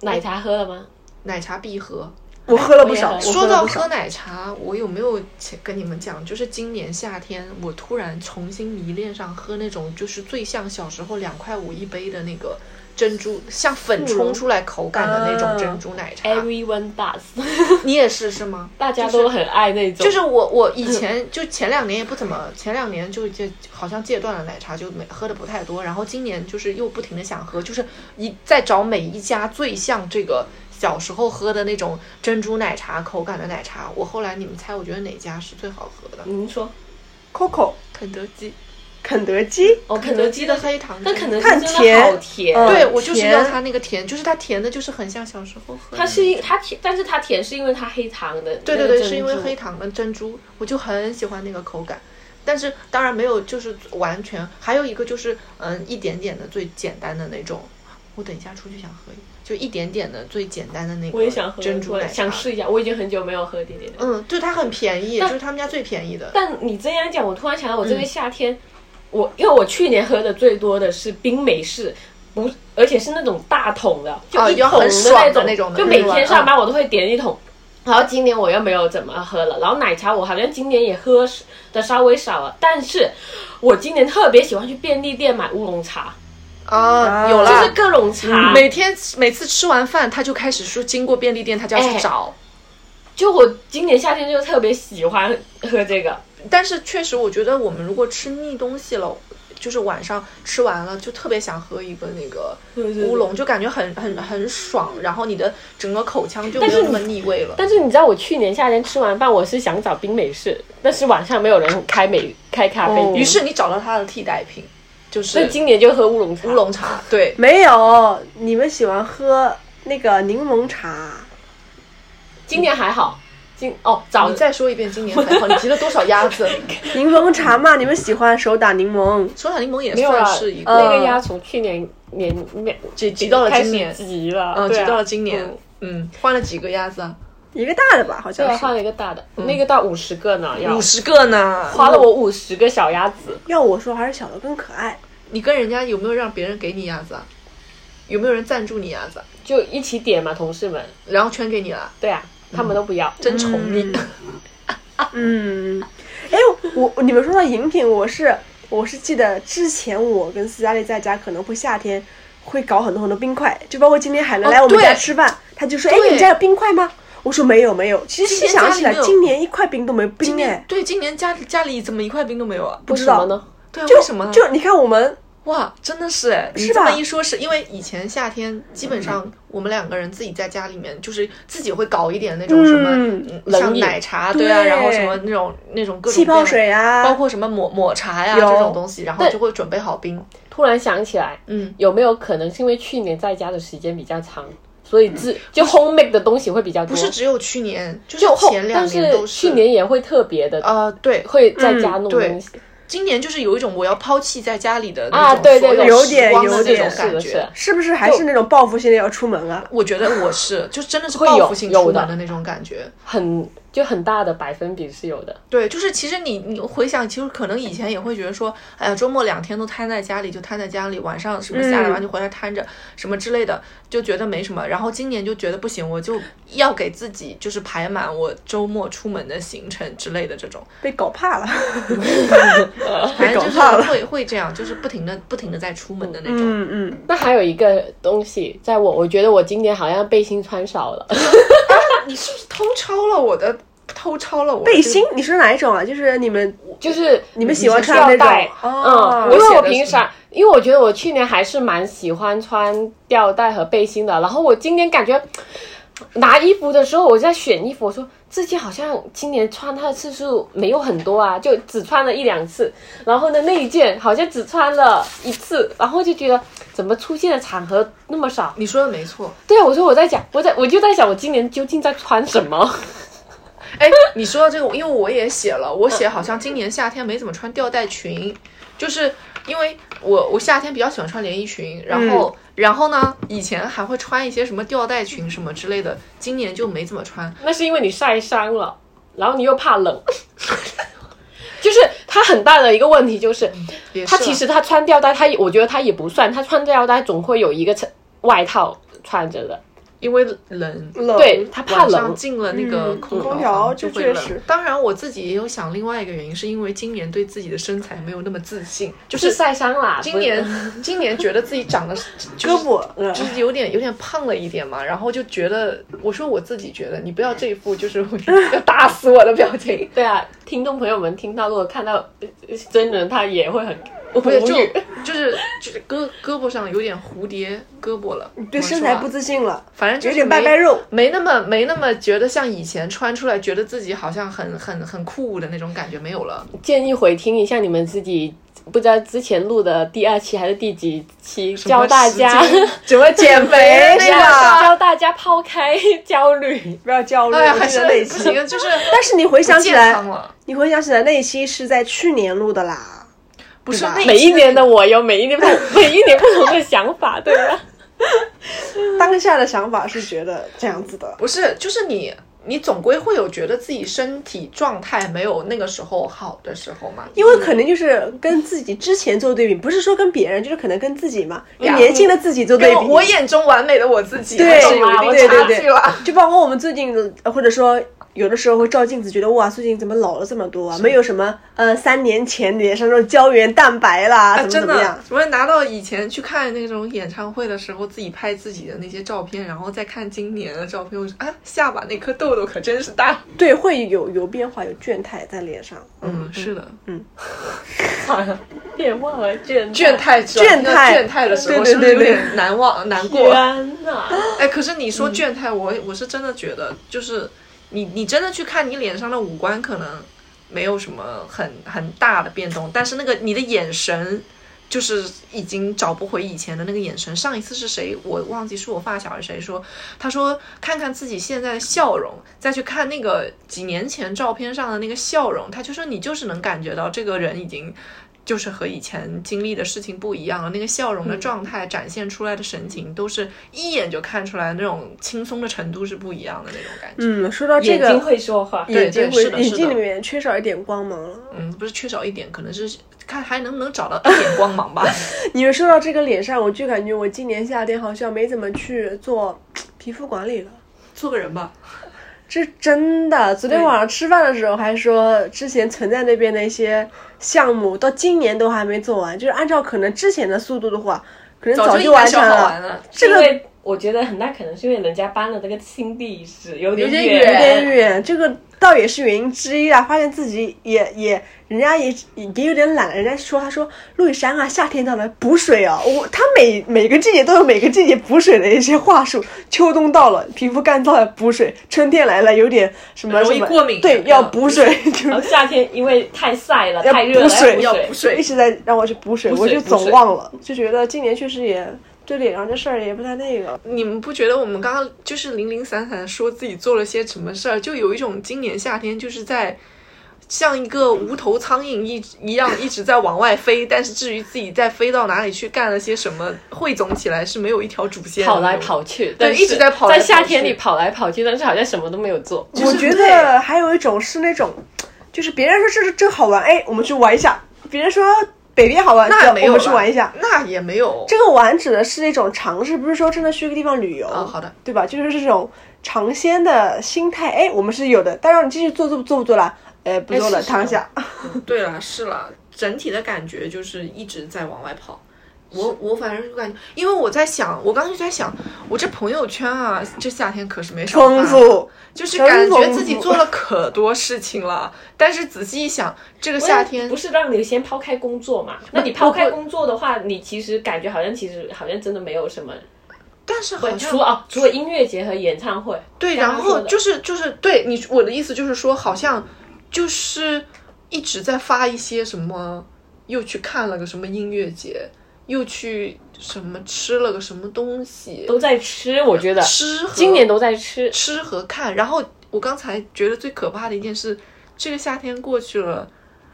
S2: 奶茶喝了吗？
S3: 奶茶必喝。
S1: 我喝了不少，
S2: 我
S1: 我
S2: 也
S1: 喝
S3: 说
S1: 了
S3: 到
S1: 不
S3: 喝
S1: 少。
S3: 奶茶，我有没有前跟你们讲？就是今年夏天，我突然重新迷恋上喝那种，就是最像小时候两块五一杯的那个珍珠，像粉冲出来口感的那
S1: 啊
S3: 种珍珠奶
S1: 哎
S3: 茶。
S2: Everyone does，
S3: 你也是是吗？
S2: 大家都很爱那种，
S3: 就是我我以前就前两年也不怎么，前两年就戒好像戒断了奶茶，就没喝的不太多。然后今年就是又不停的想喝，就是一在找每一家最像这个小时候喝的那种珍珠奶茶口感的奶茶。我后来你们猜，我觉得哪家是最好喝的？
S2: 您说
S1: Coco
S3: 肯德基，
S1: 肯德基，
S2: 哦，肯德基的
S3: 黑糖，
S2: 但肯德基
S1: 它很
S2: 真的
S1: 甜
S2: 好甜，
S1: 嗯
S3: 对我就是
S1: 甜
S3: 要它那个甜，就是它甜的，就是很像小时候喝的。
S2: 它是因它甜，但是它甜是因为它黑糖的，
S3: 对对
S2: 那个
S3: 对，
S2: 珍
S3: 是因为
S2: 珠
S3: 黑糖跟珍珠，我就很喜欢那个口感。但是当然没有，就是完全还有一个就是嗯一点点的最简单的那种。我等一下出去想喝一，就一点点的最简单的那
S2: 我也想
S3: 个
S2: 喝
S3: 珍珠
S2: 我
S3: 奶茶。
S2: 想试一下，我已经很久没有喝点点了。
S3: 嗯，就它很便宜，就
S2: 但
S3: 是他们家最便宜的。
S2: 但你这样讲，我突然想到，我
S3: 嗯
S2: 这个夏天，我因为我去年喝的最多的是冰美式。不，而且是那种大桶的，就
S3: 哦
S2: 一
S3: 就
S2: 桶
S3: 很
S2: 的
S3: 爽的
S2: 种，
S3: 那种的
S2: 就
S3: 那
S2: 每
S3: 种
S2: 天
S3: 嗯
S2: 上班我都会点一桶。然后今年我又没有怎么喝了，然后奶茶我好像今年也喝的稍微少了，但是我今年特别喜欢去便利店买乌龙茶，
S3: 啊，有
S2: 就
S3: 啦嗯
S2: 是各种茶，
S3: 每天每次吃完饭，他就开始说经过便利店，他就要去
S2: 哎
S3: 找。
S2: 就我今年夏天就特别喜欢喝这个，
S3: 但是确实，我觉得我们如果吃腻东西了，就是晚上吃完了就特别想喝一个那个
S2: 对
S3: 乌龙，就感觉很很很爽，然后你的整个口腔就没
S2: 但
S3: 有
S2: 是
S3: 那么腻味了。
S2: 但是你知道，我去年夏天吃完饭，我是想找冰美式，但是晚上没有人开美开咖啡
S1: 哦
S2: 店，
S3: 于是你找到它的替代品，就
S2: 所以
S3: 是
S2: 今年就喝乌龙茶。
S3: 乌龙茶。对，
S1: 没有你们喜欢喝那个柠檬茶，
S2: 今年还好，今哦早
S3: 你再说一遍今年还好，你提了多少鸭 子？
S1: 柠檬茶嘛，你们喜欢手打柠檬，
S3: 手打柠檬也
S2: 没有啊呃
S3: 算
S2: 了
S3: 是一，个，
S2: 那个鸭从去年年年
S3: 挤挤到了
S2: 开
S3: 今
S2: 始
S3: 年，
S2: 急了，
S3: 嗯，
S2: 对
S3: 挤
S2: 啊
S3: 到了今年
S2: 嗯，
S3: 嗯，换了几个鸭子啊？
S1: 一个大的吧，好
S2: 对
S1: 像
S2: 啊，
S1: 是
S2: 换了一个大的，那个到五十个呢，要
S3: 五十个呢。
S2: 花了我五十个小鸭子，
S1: 要我说还是小的更可爱。
S3: 你跟人家有没有让别人给你鸭子啊？有没有人赞助你鸭子啊？
S2: 就一起点嘛，同事们，
S3: 然后全给你了，
S2: 对啊，他们都不要，
S3: 真宠你。
S1: 嗯，哎，我我你们说到饮品，我是我是记得之前我跟斯嘉丽在家可能会夏天会搞很多很多冰块，就包括今天海伦
S3: 哦
S1: 来我们家
S3: 对
S1: 吃饭，她就说：“哎，
S3: 对
S1: 你们家有冰块吗？”我说：“没有，没有。”其实
S3: 今天
S1: 想
S3: 家里
S1: 起来
S3: 没，有
S1: 今年一块冰都没冰
S3: 今年
S1: 哎，
S3: 对今年家里家里怎么一块冰都没有啊？
S1: 不
S2: 为
S1: 知
S2: 什
S1: 道
S2: 么呢？
S3: 对啊，
S1: 就
S3: 为什么呢？
S1: 就你看我们
S3: 哇，真的是哎，你
S1: 是
S3: 这么
S1: 吧
S3: 一说是，因为以前夏天基本上我们两个人自己在家里面，就是自己会搞一点那种什么，
S1: 嗯
S3: 嗯
S2: 冷
S3: 像
S2: 饮
S3: 奶茶对啊，
S1: 对
S3: 然后什么那种那种各种
S1: 气
S3: 各
S1: 泡
S3: 样的
S1: 水啊，
S3: 包括什么抹抹茶呀、
S1: 有
S3: 这种东西，然后
S2: 对
S3: 就会准备好冰。
S2: 突然想起来，
S3: 嗯，
S2: 有没有可能是因为去年在家的时间比较长，所以自就 home make 的东西会比较多？
S3: 嗯不是只有去年，就是
S2: 就后
S3: 前，两
S2: 但
S3: 年都
S2: 是去年也会特别的，
S3: 呃，对，
S2: 会在家弄
S3: 对
S2: 东西。
S3: 今年就是有一种我要抛弃在家里的那
S2: 啊
S3: 种
S2: 对对
S3: 所
S2: 对
S3: 有
S1: 有点
S3: 时光的
S1: 有
S3: 那种
S1: 点
S2: 是
S3: 感
S2: 的是
S3: 觉
S2: 的。
S1: 是不是还是那种报复性的要出门啊？
S3: 我觉得我是，就真的是
S2: 会
S3: 报
S2: 有
S3: 复性
S2: 有
S3: 出
S2: 的
S3: 门的那种感觉。
S2: 很就很大的百分比是有的。
S3: 对，就是其实你你回想，其实可能以前也会觉得说，哎呀，周末两天都瘫在家里，就瘫在家里，晚上什么下了班就回来瘫着，什么之类的，就觉得没什么。然后今年就觉得不行，我就要给自己就是排满我周末出门的行程之类的这种。
S1: 被搞怕了，
S3: 反正就
S1: 搞
S3: 是
S1: 怕了
S3: 会会这样，就是不停的不停的在出门的那种。
S1: 嗯嗯，
S2: 那还有一个东西，在我我觉得我今年好像背心穿少了，
S3: 你是不是偷抄了我的？偷抄了我的
S1: 背心，你说哪一种啊？就是你们
S2: 就是
S1: 你们喜欢
S2: 需
S1: 穿
S2: 要
S1: 那
S2: 带
S1: 种，，
S2: 嗯，
S1: 哦
S2: 因为我
S3: 写的
S2: 平
S3: 是
S2: 常，因为我觉得我去年还是蛮喜欢穿吊带和背心的，然后我今年感觉拿衣服的时候，我在选衣服，我说自己好像今年穿它的次数没有很多啊，就只穿了一两次，然后呢那一件好像只穿了一次，然后就觉得怎么出现的场合那么少？
S3: 你说的没错。
S2: 对啊，我说我在讲，我在我就在想我今年究竟在穿什么？
S3: 哎，你说到这个，因为我也写了，我写好像今年夏天没怎么穿吊带裙，就是因为我我夏天比较喜欢穿连衣裙，然后、然后呢，以前还会穿一些什么吊带裙什么之类的，今年就没怎么穿。
S2: 那是因为你晒伤了，然后你又怕冷。 就是它很大的一个问题，嗯就是
S3: 也是
S2: 它
S3: 啊
S2: 其实它穿吊带，它也我觉得它也不算，它穿吊带总会有一个衬外套穿着的，
S3: 因为冷。
S1: 嗯冷
S2: 对，它怕
S3: 晚上
S2: 冷。
S3: 进了那个
S1: 嗯
S3: 空
S1: 空
S3: 调
S1: 调
S3: 房
S1: 这
S3: 就会
S1: 确
S3: 冷
S1: 实
S3: 当然，我自己也有想另外一个原因，是因为今年对自己的身材没有那么自信，就
S2: 就是晒伤啦，
S3: 今
S2: 不是
S3: 年今年觉得自己长得就
S1: 胳
S3: 是
S1: 膊，嗯
S3: 就是有点有点胖了一点嘛，然后就觉得，我说我自己觉得，你不要这一副就是我 要打死我的表情，
S2: 对啊，听众朋友们听到如果看到呃真人，他也会很
S3: 不是就
S2: 无语。
S3: 就是就是胳胳膊上有点蝴蝶胳膊了，
S1: 嗯对
S3: 我说
S1: 身材
S3: 啊
S1: 不，自信了，
S3: 反正就
S1: 有
S3: 是
S1: 点拜
S3: 没
S1: 拜肉。
S3: 没那么没那么觉得像以前穿出来觉得自己好像很很很酷的那种感觉没有了。
S2: 建议回听一下你们自己不知道之前录的第二期还是第几期，
S3: 什么
S2: 教大家
S3: 时间怎么减
S1: 肥
S3: 那
S1: 是
S3: 个。哎
S1: 吧
S2: 教大家抛开焦虑。
S1: 不要焦虑，
S3: 哎呀，
S1: 我
S3: 还
S1: 记
S3: 是
S1: 得那一
S3: 不
S1: 期。
S3: 行，就是
S1: 但是你回想起
S3: 健
S1: 来
S3: 康，了，
S1: 你回想起来那一期是在去年录的啦。
S3: 不是
S1: 对吧
S3: 那
S2: 每一
S3: 期
S2: 年的我有每一年 不每一年不同的想法，对吧？
S3: 嗯
S1: 当下的想法是觉得这样子的，
S3: 不是，就是你，你总归会有觉得自己身体状态没有那个时候好的时候嘛。
S1: 因为可能就是跟自己之前做对比，不是说跟别人，就是可能跟自己嘛，跟
S3: 呀
S1: 年轻的自己做对
S3: 跟
S1: 比。
S3: 嗯我眼中完美的我自己
S1: 对
S3: 还是有一定
S1: 对
S3: 差
S1: 对
S3: 距了。
S1: 对，就包括我们最近的，呃或者说有的时候会照镜子，觉得哇，最近怎么老了这么多啊？没有什么，呃，三年前脸上那种胶原蛋白啦，
S3: 啊，
S1: 怎么
S3: 真
S1: 怎么样
S3: 的，。我拿到以前去看那种演唱会的时候，自己拍自己的那些照片，然后再看今年的照片，我说啊，下巴那颗痘痘可真是大。
S1: 对，会有有变化，有倦态在脸上。
S3: 嗯，是的，
S2: 算了，别忘了倦
S3: 倦态之后，
S1: 倦态
S3: 倦态的时
S1: 对
S3: 候
S1: 对
S3: 是不是
S1: 对
S3: 有
S1: 对
S3: 点难忘、难过？
S2: 天呐，
S3: 哎，可是你说倦态，我我是真的觉得，就是你你真的去看你脸上的五官，可能没有什么很很大的变动，但是那个你的眼神，就是已经找不回以前的那个眼神。上一次是谁？我忘记是我发小还是谁说，他说看看自己现在的笑容，再去看那个几年前照片上的那个笑容，他就说你就是能感觉到这个人已经。就是和以前经历的事情不一样了，那个笑容的状态展现出来的神情，都是一眼就看出来那种轻松的程度是不一样的那种感觉。
S1: 嗯，说到这
S2: 眼
S1: 个，
S2: 睛会说话。
S1: 眼
S3: 对
S1: 睛
S3: 对
S1: 会
S3: 是的
S1: 眼
S3: 是的
S1: 睛里面缺少一点光芒了。
S3: 嗯，不是缺少一点，可能是看还能不能找到一点 光芒吧。
S1: 你们说到这个脸上，我就感觉我今年夏天好像没怎么去做皮肤管理了。
S3: 做个人吧，
S1: 这真的，昨天晚上吃饭的时候还说，之前存在那边的一些项目，到今年都还没做完。就是按照可能之前的速度的话，可能
S3: 早
S1: 就
S3: 应
S1: 完
S3: 该消
S1: 成
S3: 耗
S1: 了。
S3: 完了。
S1: 这
S2: 因
S1: 个
S2: 为我觉得很大可能是因为人家搬了这个新地址，有
S1: 有
S2: 点
S1: 点远，有点远，这个倒也是原因之一啊。发现自己也也，人家也也也有点懒了。人家说，他说路易山啊，夏天到了补水啊，我他每每个季节都有每个季节补水的一些话术。秋冬到了，皮肤干燥了补水；春天来了，有点什么
S6: 容易
S1: 什么
S6: 过敏
S1: 对，
S6: 要
S1: 要补水， 就
S2: 然后夏天因为太晒了，
S1: 要
S2: 太热了，
S1: 补水
S6: 要
S2: 补
S6: 补
S1: 就一
S6: 水，
S1: 直在让我去补水，
S6: 补水
S1: 我就
S6: 补
S1: 总
S6: 水
S1: 忘了，就觉得今年确实也对脸上这事儿也不太那个。
S3: 你们不觉得我们刚刚就是零零散散说自己做了些什么事儿，就有一种今年夏天就是在像一个无头苍蝇一一样一直在往外飞，但是至于自己在飞到哪里去干了些什么，汇总起来是没有一条主线的
S2: 跑来跑去，但是
S3: 一直在跑
S2: 在
S3: 来跑
S2: 夏天
S3: 去
S2: 里跑来跑去，但是好像什么都没有做。
S1: 我觉得还有一种是那种，就是别人说这这好玩，哎，我们去玩一下；别人说北边好玩，
S3: 那
S1: 走
S3: 也没有
S1: 我们去
S3: 了
S1: 玩一下。
S3: 那也没有。
S1: 这个玩指的是一种尝试，不是说真的去一个地方旅游。
S3: 哦好的，
S1: 对吧？就是这种尝鲜的心态，哎，我们是有的。但让你继续做做做不做了？哎，不做了，
S3: 是是
S1: 躺下。
S3: 对啦，是啦，整体的感觉就是一直在往外跑。我我反正就感觉，因为我在想，我刚刚就在想，我这朋友圈啊，这夏天可是没少
S1: 丰
S3: 发
S1: 富，
S3: 就是
S1: 真
S3: 感觉
S1: 丰
S3: 自己
S1: 富
S3: 做了可多事情了，但是仔细一想，这个夏天
S2: 不是让你先抛开工作嘛？那你抛开工作的话，你其实感觉好像其实好像真的没有什么，
S3: 但是好
S2: 除
S3: 像
S2: 啊除了音乐节和演唱会，
S3: 对，
S2: 像
S3: 然
S2: 他说
S3: 后
S2: 的
S3: 就是就是对你我的意思就是说，好像就是一直在发一些什么，又去看了个什么音乐节，又去什么吃了个什么东西，
S2: 都在吃。我觉得
S3: 吃和
S2: 今年都在吃，
S3: 吃和看。然后我刚才觉得最可怕的一件事，这个夏天过去了，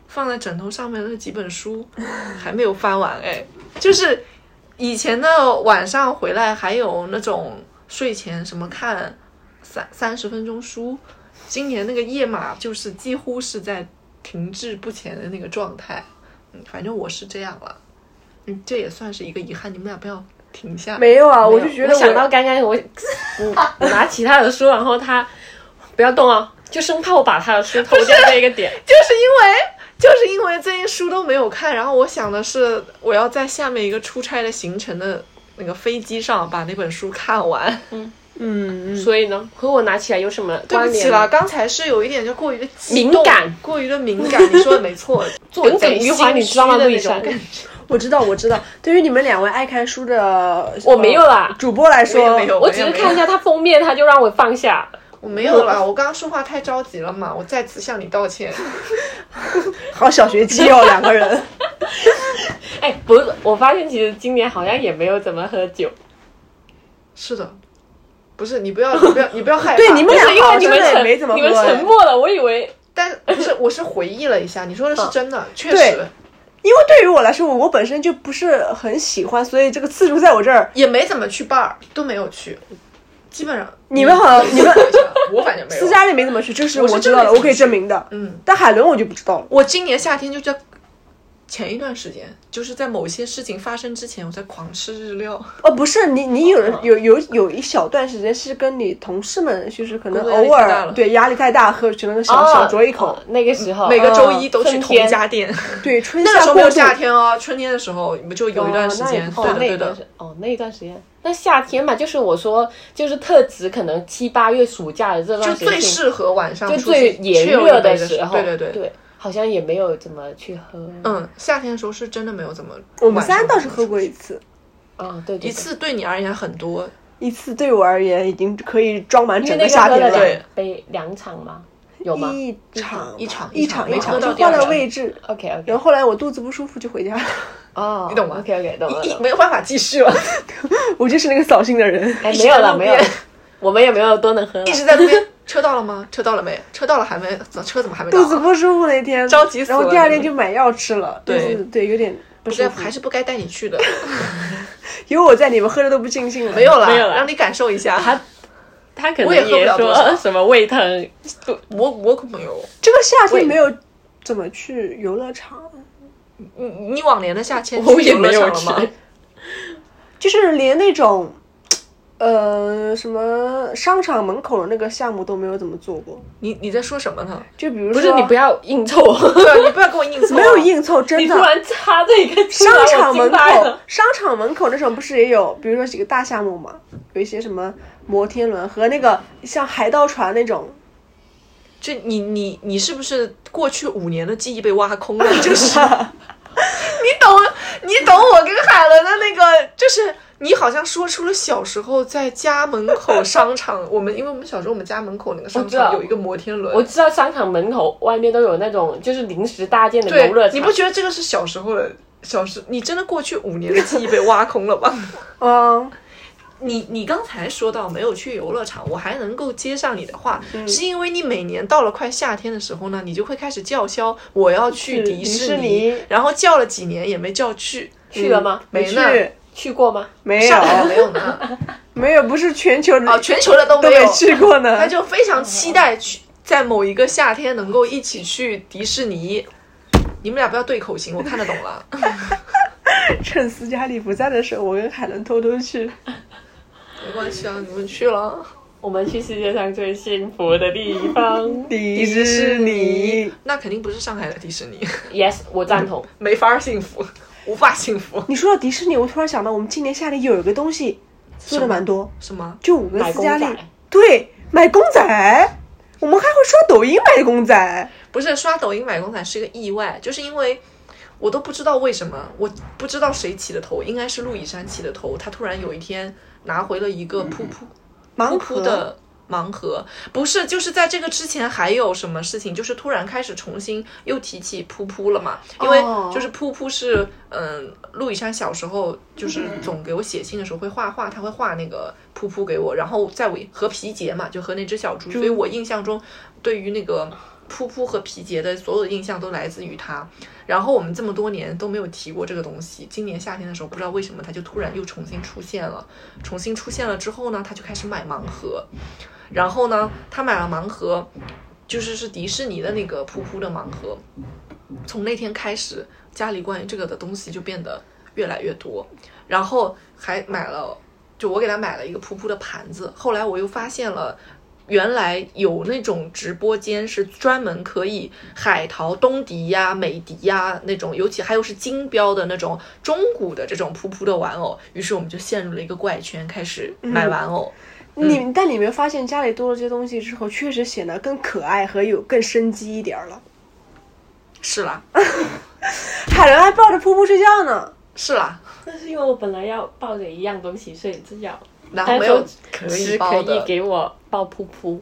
S3: 放在枕头上面的那几本书还没有翻完哎，就是以前的晚上回来还有那种睡前什么看三三十分钟书，今年那个页码就是几乎是在停滞不前的那个状态。嗯，反正我是这样了。嗯，这也算是一个遗憾，你们俩不要停下。
S1: 没有啊，我就觉
S2: 我
S1: 得
S2: 想到刚刚我， 嗯我拿起他的书，然后他不要动啊，就生怕我把他的书偷掉这一个 点。
S3: 就是因为就是因为最近书都没有看，然后我想的是我要在下面一个出差的行程的那个飞机上把那本书看 完。
S1: 嗯嗯，
S2: 所以呢，和我拿起来有什么
S3: 对
S2: 关
S3: 不
S2: 联
S3: 起
S2: 呢？
S3: 啦，刚才是有一点就过于的激动
S2: 敏感，
S3: 过于的敏感。你说的没错，做
S2: 耿耿于怀你知道吗
S3: 那
S2: 陆亦
S3: 种
S2: 山
S3: 感觉。
S1: 我知道，我知道。对于你们两位爱看书的，
S2: 我没有
S1: 呃
S2: 啦，
S1: 主播来说
S3: 我也没有
S2: 我只是看一下他封面，他就让我放下。
S3: 我没有啦，我刚刚说话太着急了嘛，我再次向你道歉。
S1: 好小学鸡哦，两个人。
S2: 哎，不是，我发现其实今年好像也没有怎么喝酒，
S3: 是的，不是你不要 你不要你不要害怕。
S1: 对你们
S2: 不
S1: 俩
S2: 是因为
S1: 好
S2: 你
S1: 像
S2: 们
S1: 也
S2: 沉，
S1: 没怎么
S2: 你们
S1: 喝哎
S2: 沉默了，我以 为
S3: 但是不是我是回忆了一下，你说
S2: 嗯
S3: 的是真的，确
S1: 对
S3: 实
S1: 因为对于我来说，我我本身就不是很喜欢，所以这个次数在我这儿，
S3: 也没怎么去 bar，都没有去，基本上
S1: 你们 好像你们
S3: 我反正没有
S1: 私。家里没怎么去，这是
S3: 我是
S1: 我知道
S3: 真
S1: 的，
S3: 的没
S1: 我可以证明的。
S3: 嗯，
S1: 但海伦我就不知道了，
S3: 我今年夏天就在前一段时间，就是在某些事情发生之前，我在狂吃日料。
S1: 哦，不是你，你有人有有有一小段时间是跟你同事们，就是可能
S3: 工作压
S1: 偶
S3: 力太大
S1: 尔
S3: 了
S1: 对压力太大，喝只能小小酌一口
S2: 哦。那个时候
S3: 每个周一都去
S2: 春
S3: 同
S2: 天
S3: 一家店，
S1: 对，春
S3: 那个
S1: 夏
S3: 时候没有
S1: 哦过度，
S3: 夏天哦，春天的时候你们就有一段时间，
S1: 哦
S3: 对的
S2: 那
S3: 对
S2: 一段
S3: 的
S2: 时，哦，那一段时间，那夏天嘛，就是我说，就是特指可能七八月暑假的这
S3: 就
S2: 段时
S3: 最
S2: 间，
S3: 适合晚上
S2: 就
S3: 出去
S2: 最炎
S3: chill
S2: 热
S3: 的
S2: 时候，
S3: 对对对，
S2: 对，好像也没有怎么去喝，
S3: 嗯，夏天的时候是真的没有怎么晚上出去。
S1: 我们三倒是喝过一次，
S2: 啊，对对对，
S3: 一次，对你而言很多，
S1: 一次对我而言已经可以装满
S2: 因为
S1: 整
S2: 那
S1: 个
S2: 个
S1: 夏
S2: 喝
S1: 天了。
S2: 了
S3: 对
S2: 两杯两场吗？有吗
S1: 一场
S3: 一场
S1: 一
S3: 一
S1: 场
S3: 场
S1: 一
S3: 没
S1: 场
S3: 喝到
S1: 就
S3: 第二
S1: 换了
S3: 场
S1: 位置，
S2: ？OK OK，
S1: 然后后来我肚子不舒服就回家了，
S2: 哦，
S3: 你懂吗
S2: ？OK OK，懂了。
S3: 一
S2: 懂了
S3: 没有办法继续了，
S1: 我就是那个扫兴的人。
S2: 哎，没有了，没有了
S3: 一直在路边，
S2: 我们也没有多能喝了
S3: 一。直在路边。车到了吗？车到了没？车到了还没？怎车怎么还没到啊？
S1: 肚子不舒服那天，
S3: 着急死了
S1: 然后第二天就买药吃了，
S3: 对
S1: 就是对，有点不
S3: 不该
S1: 舒服。
S3: 还是不该带你去的，
S1: 有我在，你们喝的都不尽兴了。
S3: 没有啦，
S2: 没有啦
S3: 让你感受一下。
S2: 他他可
S3: 我
S2: 能
S3: 也喝不了多少
S2: 说什么胃疼，
S3: 我我可没有，
S1: 这个夏天没有怎么去游乐场，
S3: 你你往年的夏天
S2: 我
S3: 去
S2: 也
S3: 游乐
S2: 没有
S3: 场了
S2: 吃。
S3: 吗？
S1: 就是连那种呃，什么商场门口的那个项目都没有怎么做过。
S3: 你你在说什么呢？
S1: 就比如说，
S2: 不是你不要硬 凑，
S3: 对，你不要跟我硬凑啊，
S1: 没有硬凑，真
S2: 你
S1: 的
S2: 突。然插这一个进
S1: 商
S2: 来我
S1: 场门
S2: 惊呆
S1: 口
S2: 了，
S1: 商场门口那时候不是也有，比如说几个大项目嘛，有一些什么摩天轮和那个像海盗船那种，
S3: 就你你你是不是过去五年的记忆被挖空 了？就是你懂你懂我跟海伦的那个，就是你好像说出了小时候在家门口商场，我们因为我们小时候我们家门口那个商
S2: 我知道
S3: 场有一个摩天轮，
S2: 我知道商场门口外面都有那种就是临时搭建的
S3: 对
S2: 游乐，场，
S3: 你不觉得这个是小时候的小时？你真的过去五年的记忆被挖空 了吗？
S1: 嗯，
S3: 你你刚才说到没有去游乐场，我还能够接上你的话，是因为你每年到了快夏天的时候呢，你就会开始叫嚣我要去
S1: 是
S3: 迪
S1: 迪
S3: 士
S1: 士尼
S3: 然后叫了几年也没叫去，
S2: 去了吗？
S3: 没
S1: 去
S3: 呢，
S2: 去过吗？
S1: 没有
S3: 上海没有呢，
S1: 没有，不是全球的
S3: 哦，全球的都
S1: 都
S3: 没有，
S1: 去过呢。
S3: 他就非常期待去在某一个夏天能够一起去迪士尼。你们俩不要对口型，我看得懂了。
S1: 趁斯嘉丽不在的时候，我跟海伦偷偷 去。
S3: 没关系啊，你们去了。
S2: 我们去世界上最幸福的地方。
S1: 迪士尼，
S3: 那肯定不是上海的迪士尼，
S2: yes，我赞同。
S3: 没法幸福， 无法幸福。
S1: 你说到迪士尼，我突然想到，我们今年夏天有一个东西做的蛮多，
S3: 什么？
S1: 就我跟
S2: 买
S1: 斯
S2: 公
S1: 嘉丽
S2: 仔，
S1: 对，买公仔，我们还会刷抖音买公仔。
S3: 不是刷抖音买公仔是个意外，就是因为我都不知道为什么，我不知道谁起的头，应该是陆以山起的头。他突然有一天拿回了一个噗噗
S1: 盲
S3: 噗噗
S1: 盒
S3: 的盲盒，不是，就是在这个之前还有什么事情，就是突然开始重新又提起噗噗了嘛？因为
S1: 哦
S3: 就是噗噗是嗯，陆以山小时候就是总给我写信的时候会画画，他会画那个噗噗给我，然后在我和皮杰嘛，就和那只小猪，所以我印象中对于那个。噗噗和皮杰的所有的印象都来自于他，然后我们这么多年都没有提过这个东西，今年夏天的时候不知道为什么它就突然又重新出现了，重新出现了之后呢，他就开始买盲盒，然后呢，他买了盲盒，就是是迪士尼的那个噗噗的盲盒。从那天开始，家里关于这个的东西就变得越来越多，然后还买了，就我给他买了一个噗噗的盘子。后来我又发现了。原来有那种直播间是专门可以海淘东迪呀、美迪呀那种，尤其还有是金标的那种中古的这种噗噗的玩偶。于是我们就陷入了一个怪圈，开始买玩偶。
S1: 你但你没有发现家里多了这些东西之后，确实显得更可爱和有更生机一点儿了。
S3: 是啦，
S1: 海伦还抱着噗噗睡觉呢，
S3: 是啦，
S2: 那是因为我本来要抱着一样东西睡觉，
S3: 然后
S2: 他
S3: 没有
S2: 说
S3: 可以
S2: 只
S3: 包
S2: 啊可
S3: 的
S2: 以，给我抱噗噗。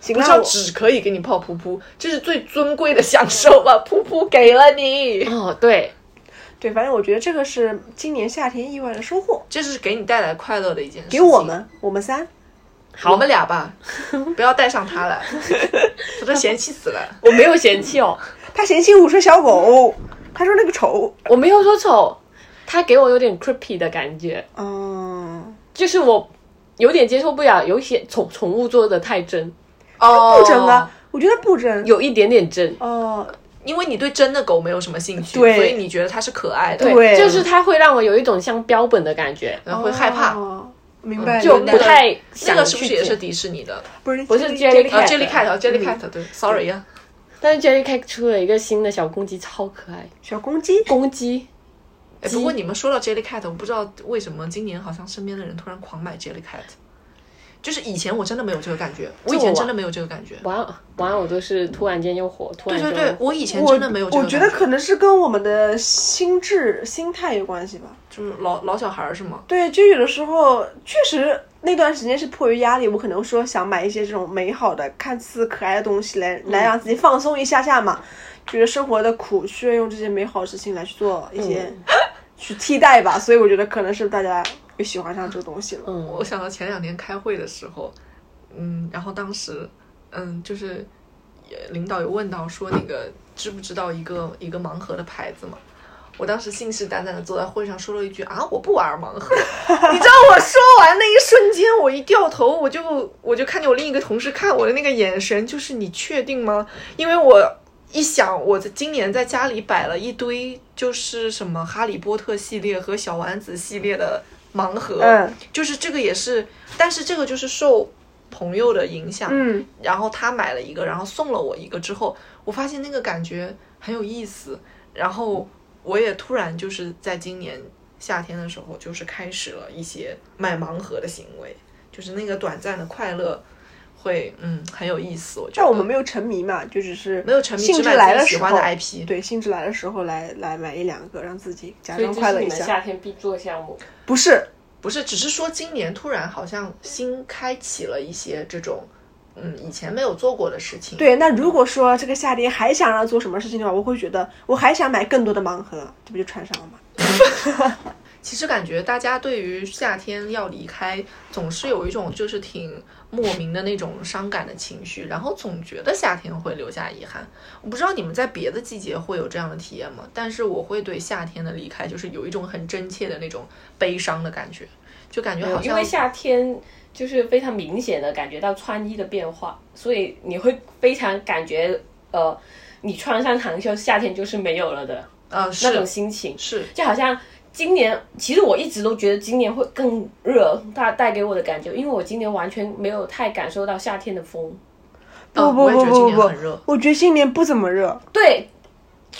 S1: 行
S3: 不
S1: 了
S3: 是，要
S1: 我
S3: 只可以给你泡噗噗，这是最尊贵的享受吧？噗噗给了你，
S2: 哦，对，
S1: 对，反正我觉得这个是今年夏天意外的收获，
S3: 这是给你带来快乐的一件事情。
S1: 给我们我们三。
S3: 我们俩吧，不要带上他 来，他都嫌弃死 了。
S2: 我没有嫌弃哦，
S1: 他嫌弃我是小狗，他说那个丑。
S2: 我没有说丑，他给我有点 creepy 的感觉，
S1: 嗯，
S2: 就是我有点接受不了，有一些宠宠物做的太真，
S3: 哦
S1: 不真啊，，我觉得不真。
S2: 有一点点真。
S1: 哦，
S3: 因为你对真的狗没有什么兴趣，
S1: 对
S3: 所以你觉得它是可爱的，
S1: 对
S2: 就是它会让我有一种像标本的感觉，
S3: 然后会害怕。嗯
S1: 哦明白。
S2: 就
S1: 明白
S2: 不太
S3: 那
S2: 想
S3: 个是不
S2: 去
S3: 是也是
S2: 见。
S3: 迪士尼的？
S1: 不是
S2: 不是
S1: Jelly
S2: Jellycat
S1: Cat 嗯
S3: 啊
S2: 的
S3: ，Jelly Cat，Jelly Cat，对，sorry 啊，
S2: 但是 Jellycat 出了一个新的小公鸡，超可爱，
S1: 小公鸡。
S2: 公鸡。
S3: 哎，不过你们说到 Jellycat，我不知道为什么今年好像身边的人突然狂买 Jellycat，就是以前我真的没有这个感觉，我以前真的没有这个感觉。
S2: 玩偶玩偶都是突然间又火，突
S3: 对
S2: 然
S3: 对
S2: 就
S3: 对，我以前
S1: 我
S3: 真的没有这个
S1: 我
S3: 感
S1: 觉得可能是跟我们的心智、心态有关系吧。
S3: 就是老老小孩儿是吗？
S1: 对，就有的时候确实那段时间是迫于压力，我可能说想买一些这种美好的、看似可爱的东西来
S3: 嗯
S1: 来让自己放松一下下嘛。觉得生活的苦需要用这些美好的事情来去做一些、
S3: 嗯
S1: 去替代吧，所以我觉得可能是大家又喜欢上这个东西了。
S2: 嗯，
S3: 我想到前两天开会的时候，嗯，然后当时，嗯，就是也领导有问到说那个知不知道一个一个盲盒的牌子嘛？我当时信誓旦旦的坐在会上说了一句啊，我不玩盲盒。你知道我说完那一瞬间，我一掉头，我就我就看见我另一个同事看我的那个眼神，就是你确定吗？因为我一想，我在今年在家里摆了一堆，就是什么哈利波特系列和小丸子系列的盲盒，
S1: 嗯
S3: 就是这个也是，但是这个就是受朋友的影响，
S1: 嗯，
S3: 然后他买了一个，然后送了我一个之后，我发现那个感觉很有意思，然后我也突然就是在今年夏天的时候，就是开始了一些买盲盒的行为，就是那个短暂的快乐会，嗯，很有意思，我觉得。
S1: 但我们没有沉迷嘛，就只是
S3: 没有沉迷
S1: 兴
S3: 只
S1: 致
S3: 买
S1: 来
S3: 自
S1: 的
S3: 己喜
S1: 时候
S3: 欢的 IP
S1: 对，兴致来的时候来来买一两个，让自己假
S2: 所以
S1: 装
S2: 这
S1: 快
S2: 是
S1: 乐
S2: 你
S1: 一
S2: 们
S1: 下。
S2: 夏天必做项目。
S1: 不是，
S3: 不是，只是说今年突然好像新开启了一些这种，嗯，以前没有做过的事情。，
S1: 对。那如果说这个夏天还想要做什么事情的话，我会觉得我还想买更多的盲盒，这不就穿上了吗？
S3: 其实感觉大家对于夏天要离开，总是有一种就是挺莫名的那种伤感的情绪，然后总觉得夏天会留下遗憾。我不知道你们在别的季节会有这样的体验吗？但是我会对夏天的离开，就是有一种很真切的那种悲伤的感觉，就感觉好像
S2: 因为夏天就是非常明显的感觉到穿衣的变化，所以你会非常感觉呃，你穿上长袖，夏天就是没有了的
S3: 呃
S2: 那种
S3: 是
S2: 心情，
S3: 是
S2: 就好像。今年其实我一直都觉得今年会更热，它带给我的感觉，因为我今年完全没有太感受到夏天的风。
S1: 不
S3: 啊
S1: 不
S3: 我也觉
S1: 不
S3: 得今
S1: 不
S3: 年
S1: 不
S3: 很热，
S1: 我觉得今年不怎么热。
S2: 对，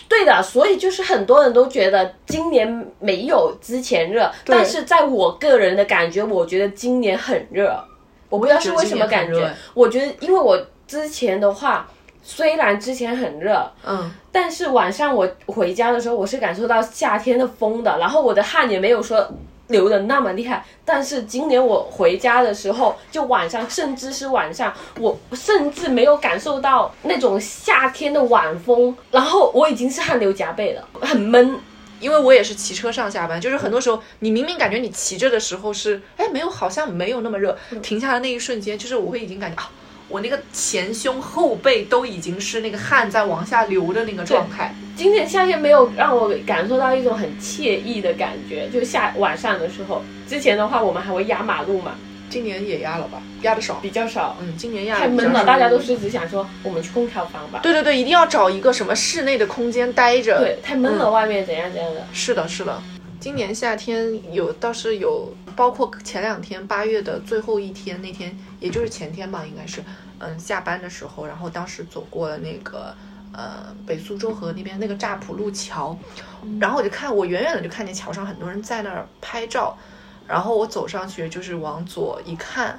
S2: 对的，所以就是很多人都觉得今年没有之前热，
S1: 对
S2: 但是在我个人的感觉，我觉得今年很热，我不知道是为什么感
S3: 我也觉得今年
S2: 觉
S3: 很热，
S2: 我觉得因为我之前的话，虽然之前很热，
S3: 嗯，
S2: 但是晚上我回家的时候，我是感受到夏天的风的，然后我的汗也没有说流的那么厉害。但是今年我回家的时候，就晚上，甚至是晚上，我甚至没有感受到那种夏天的晚风，然后我已经是汗流浃背了，很闷。
S3: 因为我也是骑车上下班，就是很多时候你明明感觉你骑着的时候是，哎，没有，好像没有那么热，停下来那一瞬间，就是我会已经感觉啊，我那个前胸后背都已经是那个汗在往下流的那个状态。
S2: 今年夏天没有让我感受到一种很惬意的感觉，就夏晚上的时候，之前的话我们还会压马路嘛，
S3: 今年也压了吧，压的少。
S2: 比较少，
S3: 嗯，今年压
S2: 太
S3: 得比较
S2: 闷了，
S3: 少
S2: 大家都是只想说我们去空调房吧。
S3: 对对对，一定要找一个什么室内的空间待着。
S2: 对，太闷了，外面怎样怎样的。
S3: 是的，是的。今年夏天有倒是有，包括前两天八月的最后一天那天，也就是前天吧，应该是，嗯，下班的时候，然后当时走过了那个呃北苏州河那边那个乍浦路桥，然后我就看我远远的就看见桥上很多人在那儿拍照，然后我走上去就是往左一看，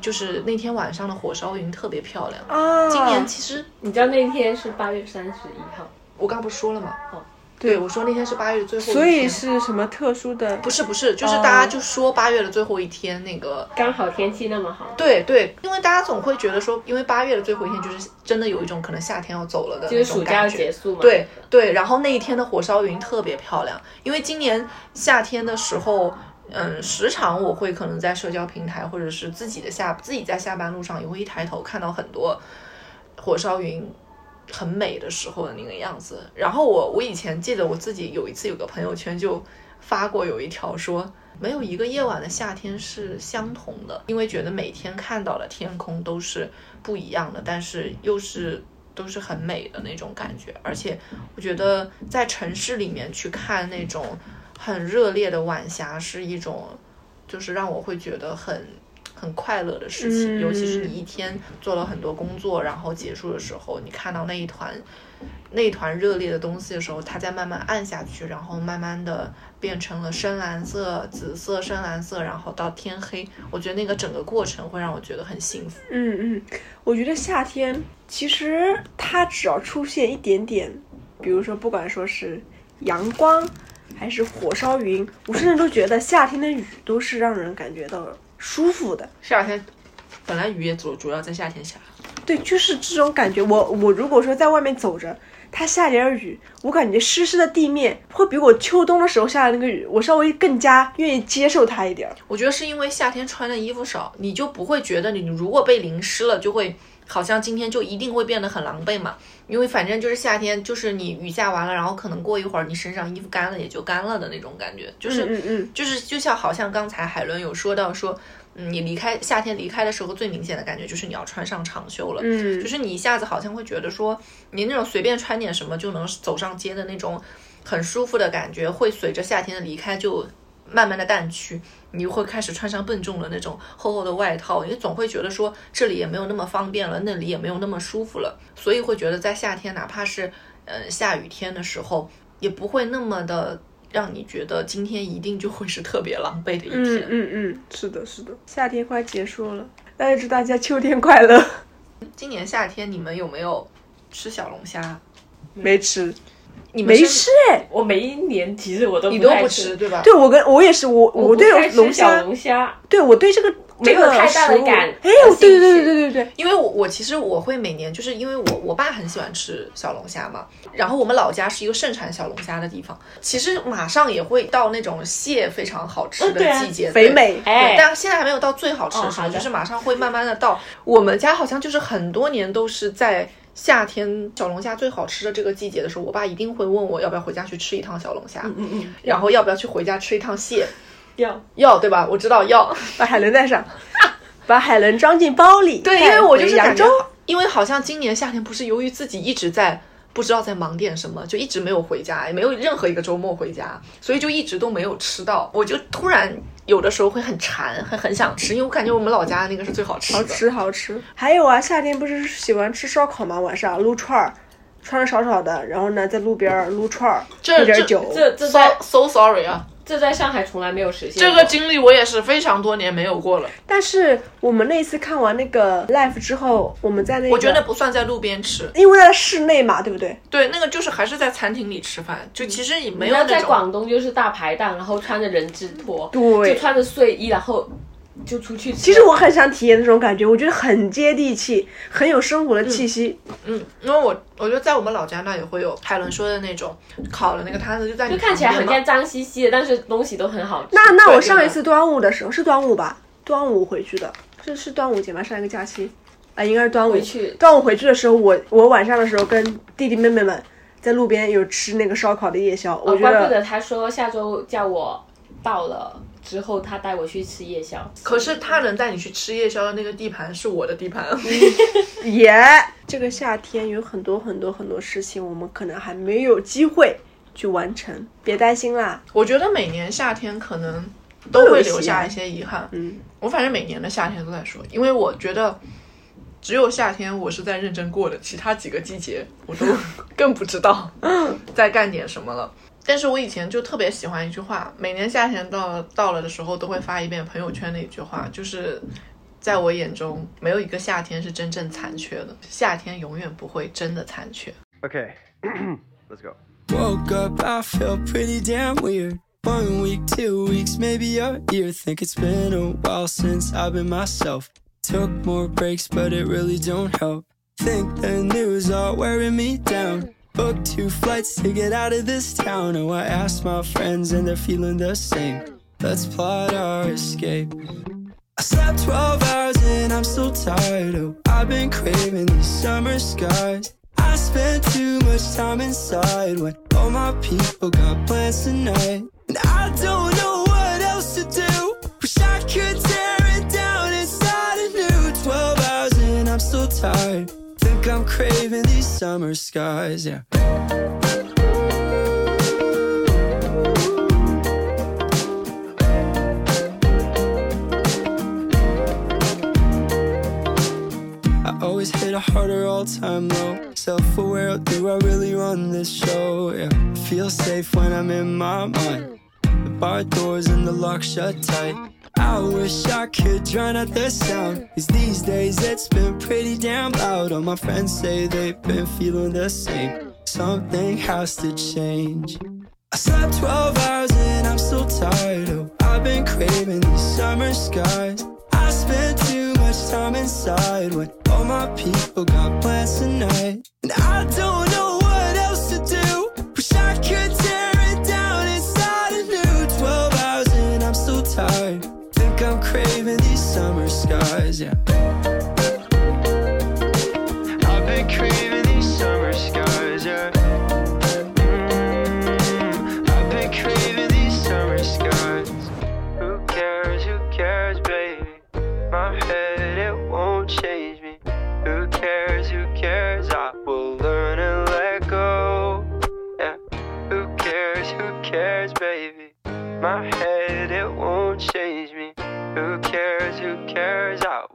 S3: 就是那天晚上的火烧云特别漂亮。
S1: 啊，
S3: 今年其实
S2: 你知道那天是八月三十一号，
S3: 我刚不是说了吗
S2: 哦？
S3: 对，我说那天是八月的最后一天，
S1: 所以是什么特殊的？
S3: 不是不
S2: 哦
S3: 是，就是大家就说八月的最后一天那个。
S2: 刚好天气那么好，
S3: 对对，因为大家总会觉得说，因为八月的最后一天就是真的有一种可能夏天要走了的
S2: 就
S3: 那
S2: 是暑
S3: 种
S2: 假
S3: 感
S2: 的
S3: 觉。
S2: 结束嘛。
S3: 对对，然后那一天的火烧云特别漂亮，因为今年夏天的时候，嗯，时常我会可能在社交平台或者是自己的下自己在下班路上也会一抬头看到很多火烧云。很美的时候的那个样子，然后我我以前记得我自己有一次有个朋友圈就发过有一条说，没有一个夜晚的夏天是相同的，因为觉得每天看到的天空都是不一样的，但是又是都是很美的那种感觉。而且我觉得在城市里面去看那种很热烈的晚霞，是一种就是让我会觉得很。很快乐的事情，
S1: 嗯
S3: 尤其是你一天做了很多工作，然后结束的时候，你看到那一团那一团热烈的东西的时候，它在慢慢暗下去，然后慢慢的变成了深蓝色、紫色、深蓝色，然后到天黑。我觉得那个整个过程会让我觉得很幸福。
S1: 嗯嗯，我觉得夏天其实它只要出现一点点，比如说不管说是阳光还是火烧云，我甚至都觉得夏天的雨都是让人感觉到舒服的。
S3: 夏天本来雨也主主要在夏天下，
S1: 对，就是这种感觉。我我如果说在外面走着，它下点儿雨，我感觉湿湿的地面会比我秋冬的时候下的那个雨，我稍微更加愿意接受它一点儿。
S3: 我觉得是因为夏天穿的衣服少，你就不会觉得你如果被淋湿了，就会好像今天就一定会变得很狼狈嘛。因为反正就是夏天，就是你雨下完了，然后可能过一会儿你身上衣服干了也就干了的那种感觉，就是
S1: 嗯嗯
S3: 就是就像好像刚才海伦有说到说，嗯，你离开夏天离开的时候，最明显的感觉就是你要穿上长袖了，
S1: 嗯
S3: 就是你一下子好像会觉得说，你那种随便穿点什么就能走上街的那种很舒服的感觉，会随着夏天的离开就慢慢的淡去，你会开始穿上笨重的那种厚厚的外套，你总会觉得说这里也没有那么方便了，那里也没有那么舒服了，所以会觉得在夏天，哪怕是呃下雨天的时候，也不会那么的让你觉得今天一定就会是特别狼狈的一天。
S1: 嗯嗯嗯，是的，是的，夏天快结束了，那就祝大家秋天快乐。
S3: 今年夏天你们有没有吃小龙虾？
S1: 没吃，
S3: 你们
S1: 没
S3: 是
S1: 吃哎、
S2: 我每一年其实我都
S3: 你都
S2: 太
S3: 不吃对吧？
S1: 对我跟我也是，我
S2: 我不
S1: 对
S2: 太吃
S1: 龙
S2: 小
S1: 虾，
S2: 龙虾，
S1: 对我对这个这
S2: 没有
S1: 个
S2: 太大的
S1: 食物
S2: 感
S1: 哎
S2: 和，
S1: 我对对对
S2: 兴趣
S1: 对对对，
S3: 因为我我其实我会每年就是因为我我爸很喜欢吃小龙虾嘛，然后我们老家是一个盛产小龙虾的地方，其实马上也会到那种蟹非常好吃
S2: 嗯对啊
S3: 的季节，
S1: 肥
S3: 对。
S1: 美。
S2: 哎
S3: 对，，但现在还没有到最好吃的时
S2: 哦好
S3: 候，
S2: 的
S3: 就是马上会慢慢的到。我们家好像就是很多年都是在夏天小龙虾最好吃的这个季节的时候，我爸一定会问我要不要回家去吃一趟小龙虾，
S2: 嗯嗯，
S3: 然后要不要去回家吃一趟蟹，
S2: 要
S3: 要对吧？我知 道要，
S1: 把海伦带上，把海伦装进包里。
S3: 对，
S1: 带
S3: 因为我就是
S1: 回扬
S3: 感觉
S1: 州。
S3: 好，因为好像今年夏天不是由于自己一直在不知道在忙点什么，就一直没有回家，也没有任何一个周末回家，所以就一直都没有吃到。我就突然有的时候会很馋，很很想吃，因为我感觉我们老家的那个是最好吃的。
S1: 好吃好吃，还有啊，夏天不是喜欢吃烧烤吗？晚上撸串儿，穿着少少的，然后呢在路边儿撸串儿，
S3: 嗯这
S1: 喝点
S3: 这
S1: 酒，
S2: 这这
S3: So
S2: 在
S3: so sorry 啊，
S2: 这在上海从来没有实现
S3: 这
S2: 过
S3: 个经历我也是非常多年没有过了。
S1: 但是我们那次看完那个 live 之后，我们在那个，
S3: 我觉得不算在路边吃，
S1: 因为在室内嘛，对不对？
S3: 对，那个就是还是在餐厅里吃饭，就其实也没
S2: 你
S3: 有
S2: 要
S3: 嗯那
S2: 在
S3: 种。
S2: 广东就是大排档，然后穿着人字拖，
S1: 对
S2: 就穿着睡衣，然后就出去吃。
S1: 其实我很想体验那种感觉，我觉得很接地气，很有生活的气息。
S3: 嗯，因为我我觉得在我们老家那也会有海伦说的那种烤的那个摊子，就在你
S2: 就看起来
S3: 旁
S2: 很
S3: 边嘛
S2: 像脏兮兮的，但是东西都很好吃。
S1: 那那
S3: 对
S1: 我上
S3: 对
S1: 一次端午的时候是端午吧？端午回去的，是是端午节吗？上一个假期，啊、应该是端午
S2: 回去
S1: 端午回去的时候，我我晚上的时候跟弟弟妹妹们在路边有吃那个烧烤的夜宵，我
S2: 哦
S1: 觉
S2: 怪不
S1: 得
S2: 得他说下周叫我到了之后，他带我去吃夜宵。
S3: 可是他能带你去吃夜宵的那个地盘是我的地盘，
S1: 也、这个夏天有很多很多很多事情，我们可能还没有机会去完成，别担心啦。
S3: 我觉得每年夏天可能都会留下一些遗憾。
S1: 嗯，
S3: 我反正每年的夏天都在说，因为我觉得只有夏天我是在认真过的，其他几个季节我都更不知 道在干点什么了。但是我以前就特别喜欢一句话，每年夏天到了到了的时候都会发一遍朋友圈的一句话，就是在我眼中没有一个夏天是真正残缺的，夏天永远不会真的残缺。
S6: Okay, let's go.
S7: Woke up, I felt pretty damn weird. One week, two weeks, maybe a year. Think it's been a while since I've been myself. Took more breaks, but it really don't help. Think the news are wearing me down. Booked two flights to get out of this town. Oh, I asked my friends, and they're feeling the same. Let's plot our escape. I slept 12 hours and I'm still tired. Oh, I've been craving these summer skies. I spent too much time inside when all my people got plans tonight. And I don't know what else to do. Wish I could tear it down inside anew. 12 hours and I'm still tired. Think I'm craving these summer skies, yeah. I always hit a harder all time low. Self aware, do I really run this show? Yeah. Feel safe when I'm in my mind. The bar doors and the lock shut tight. I wish I could drown out the sound. Cause these days it's been pretty damn loud. All my friends say they've been feeling the same. Something has to change. I slept 12 hours and I'm still tired. Oh, I've been craving these summer skies. I spent too much time inside when all my people got plans tonight. And I don't know what else to do. Wish I could tear it down inside anew. 12 hours and I'm still tired. Think I'm craving these summer skies, yeah. I've been craving these summer skies, yeah. Mm, I've been craving these summer skies. Who cares? Who cares, baby? My head, it won't change me. Who cares? Who cares? I will learn and let go. Yeah. Who cares? Who cares, baby? my head, it won't change me. Who cares, who cares? I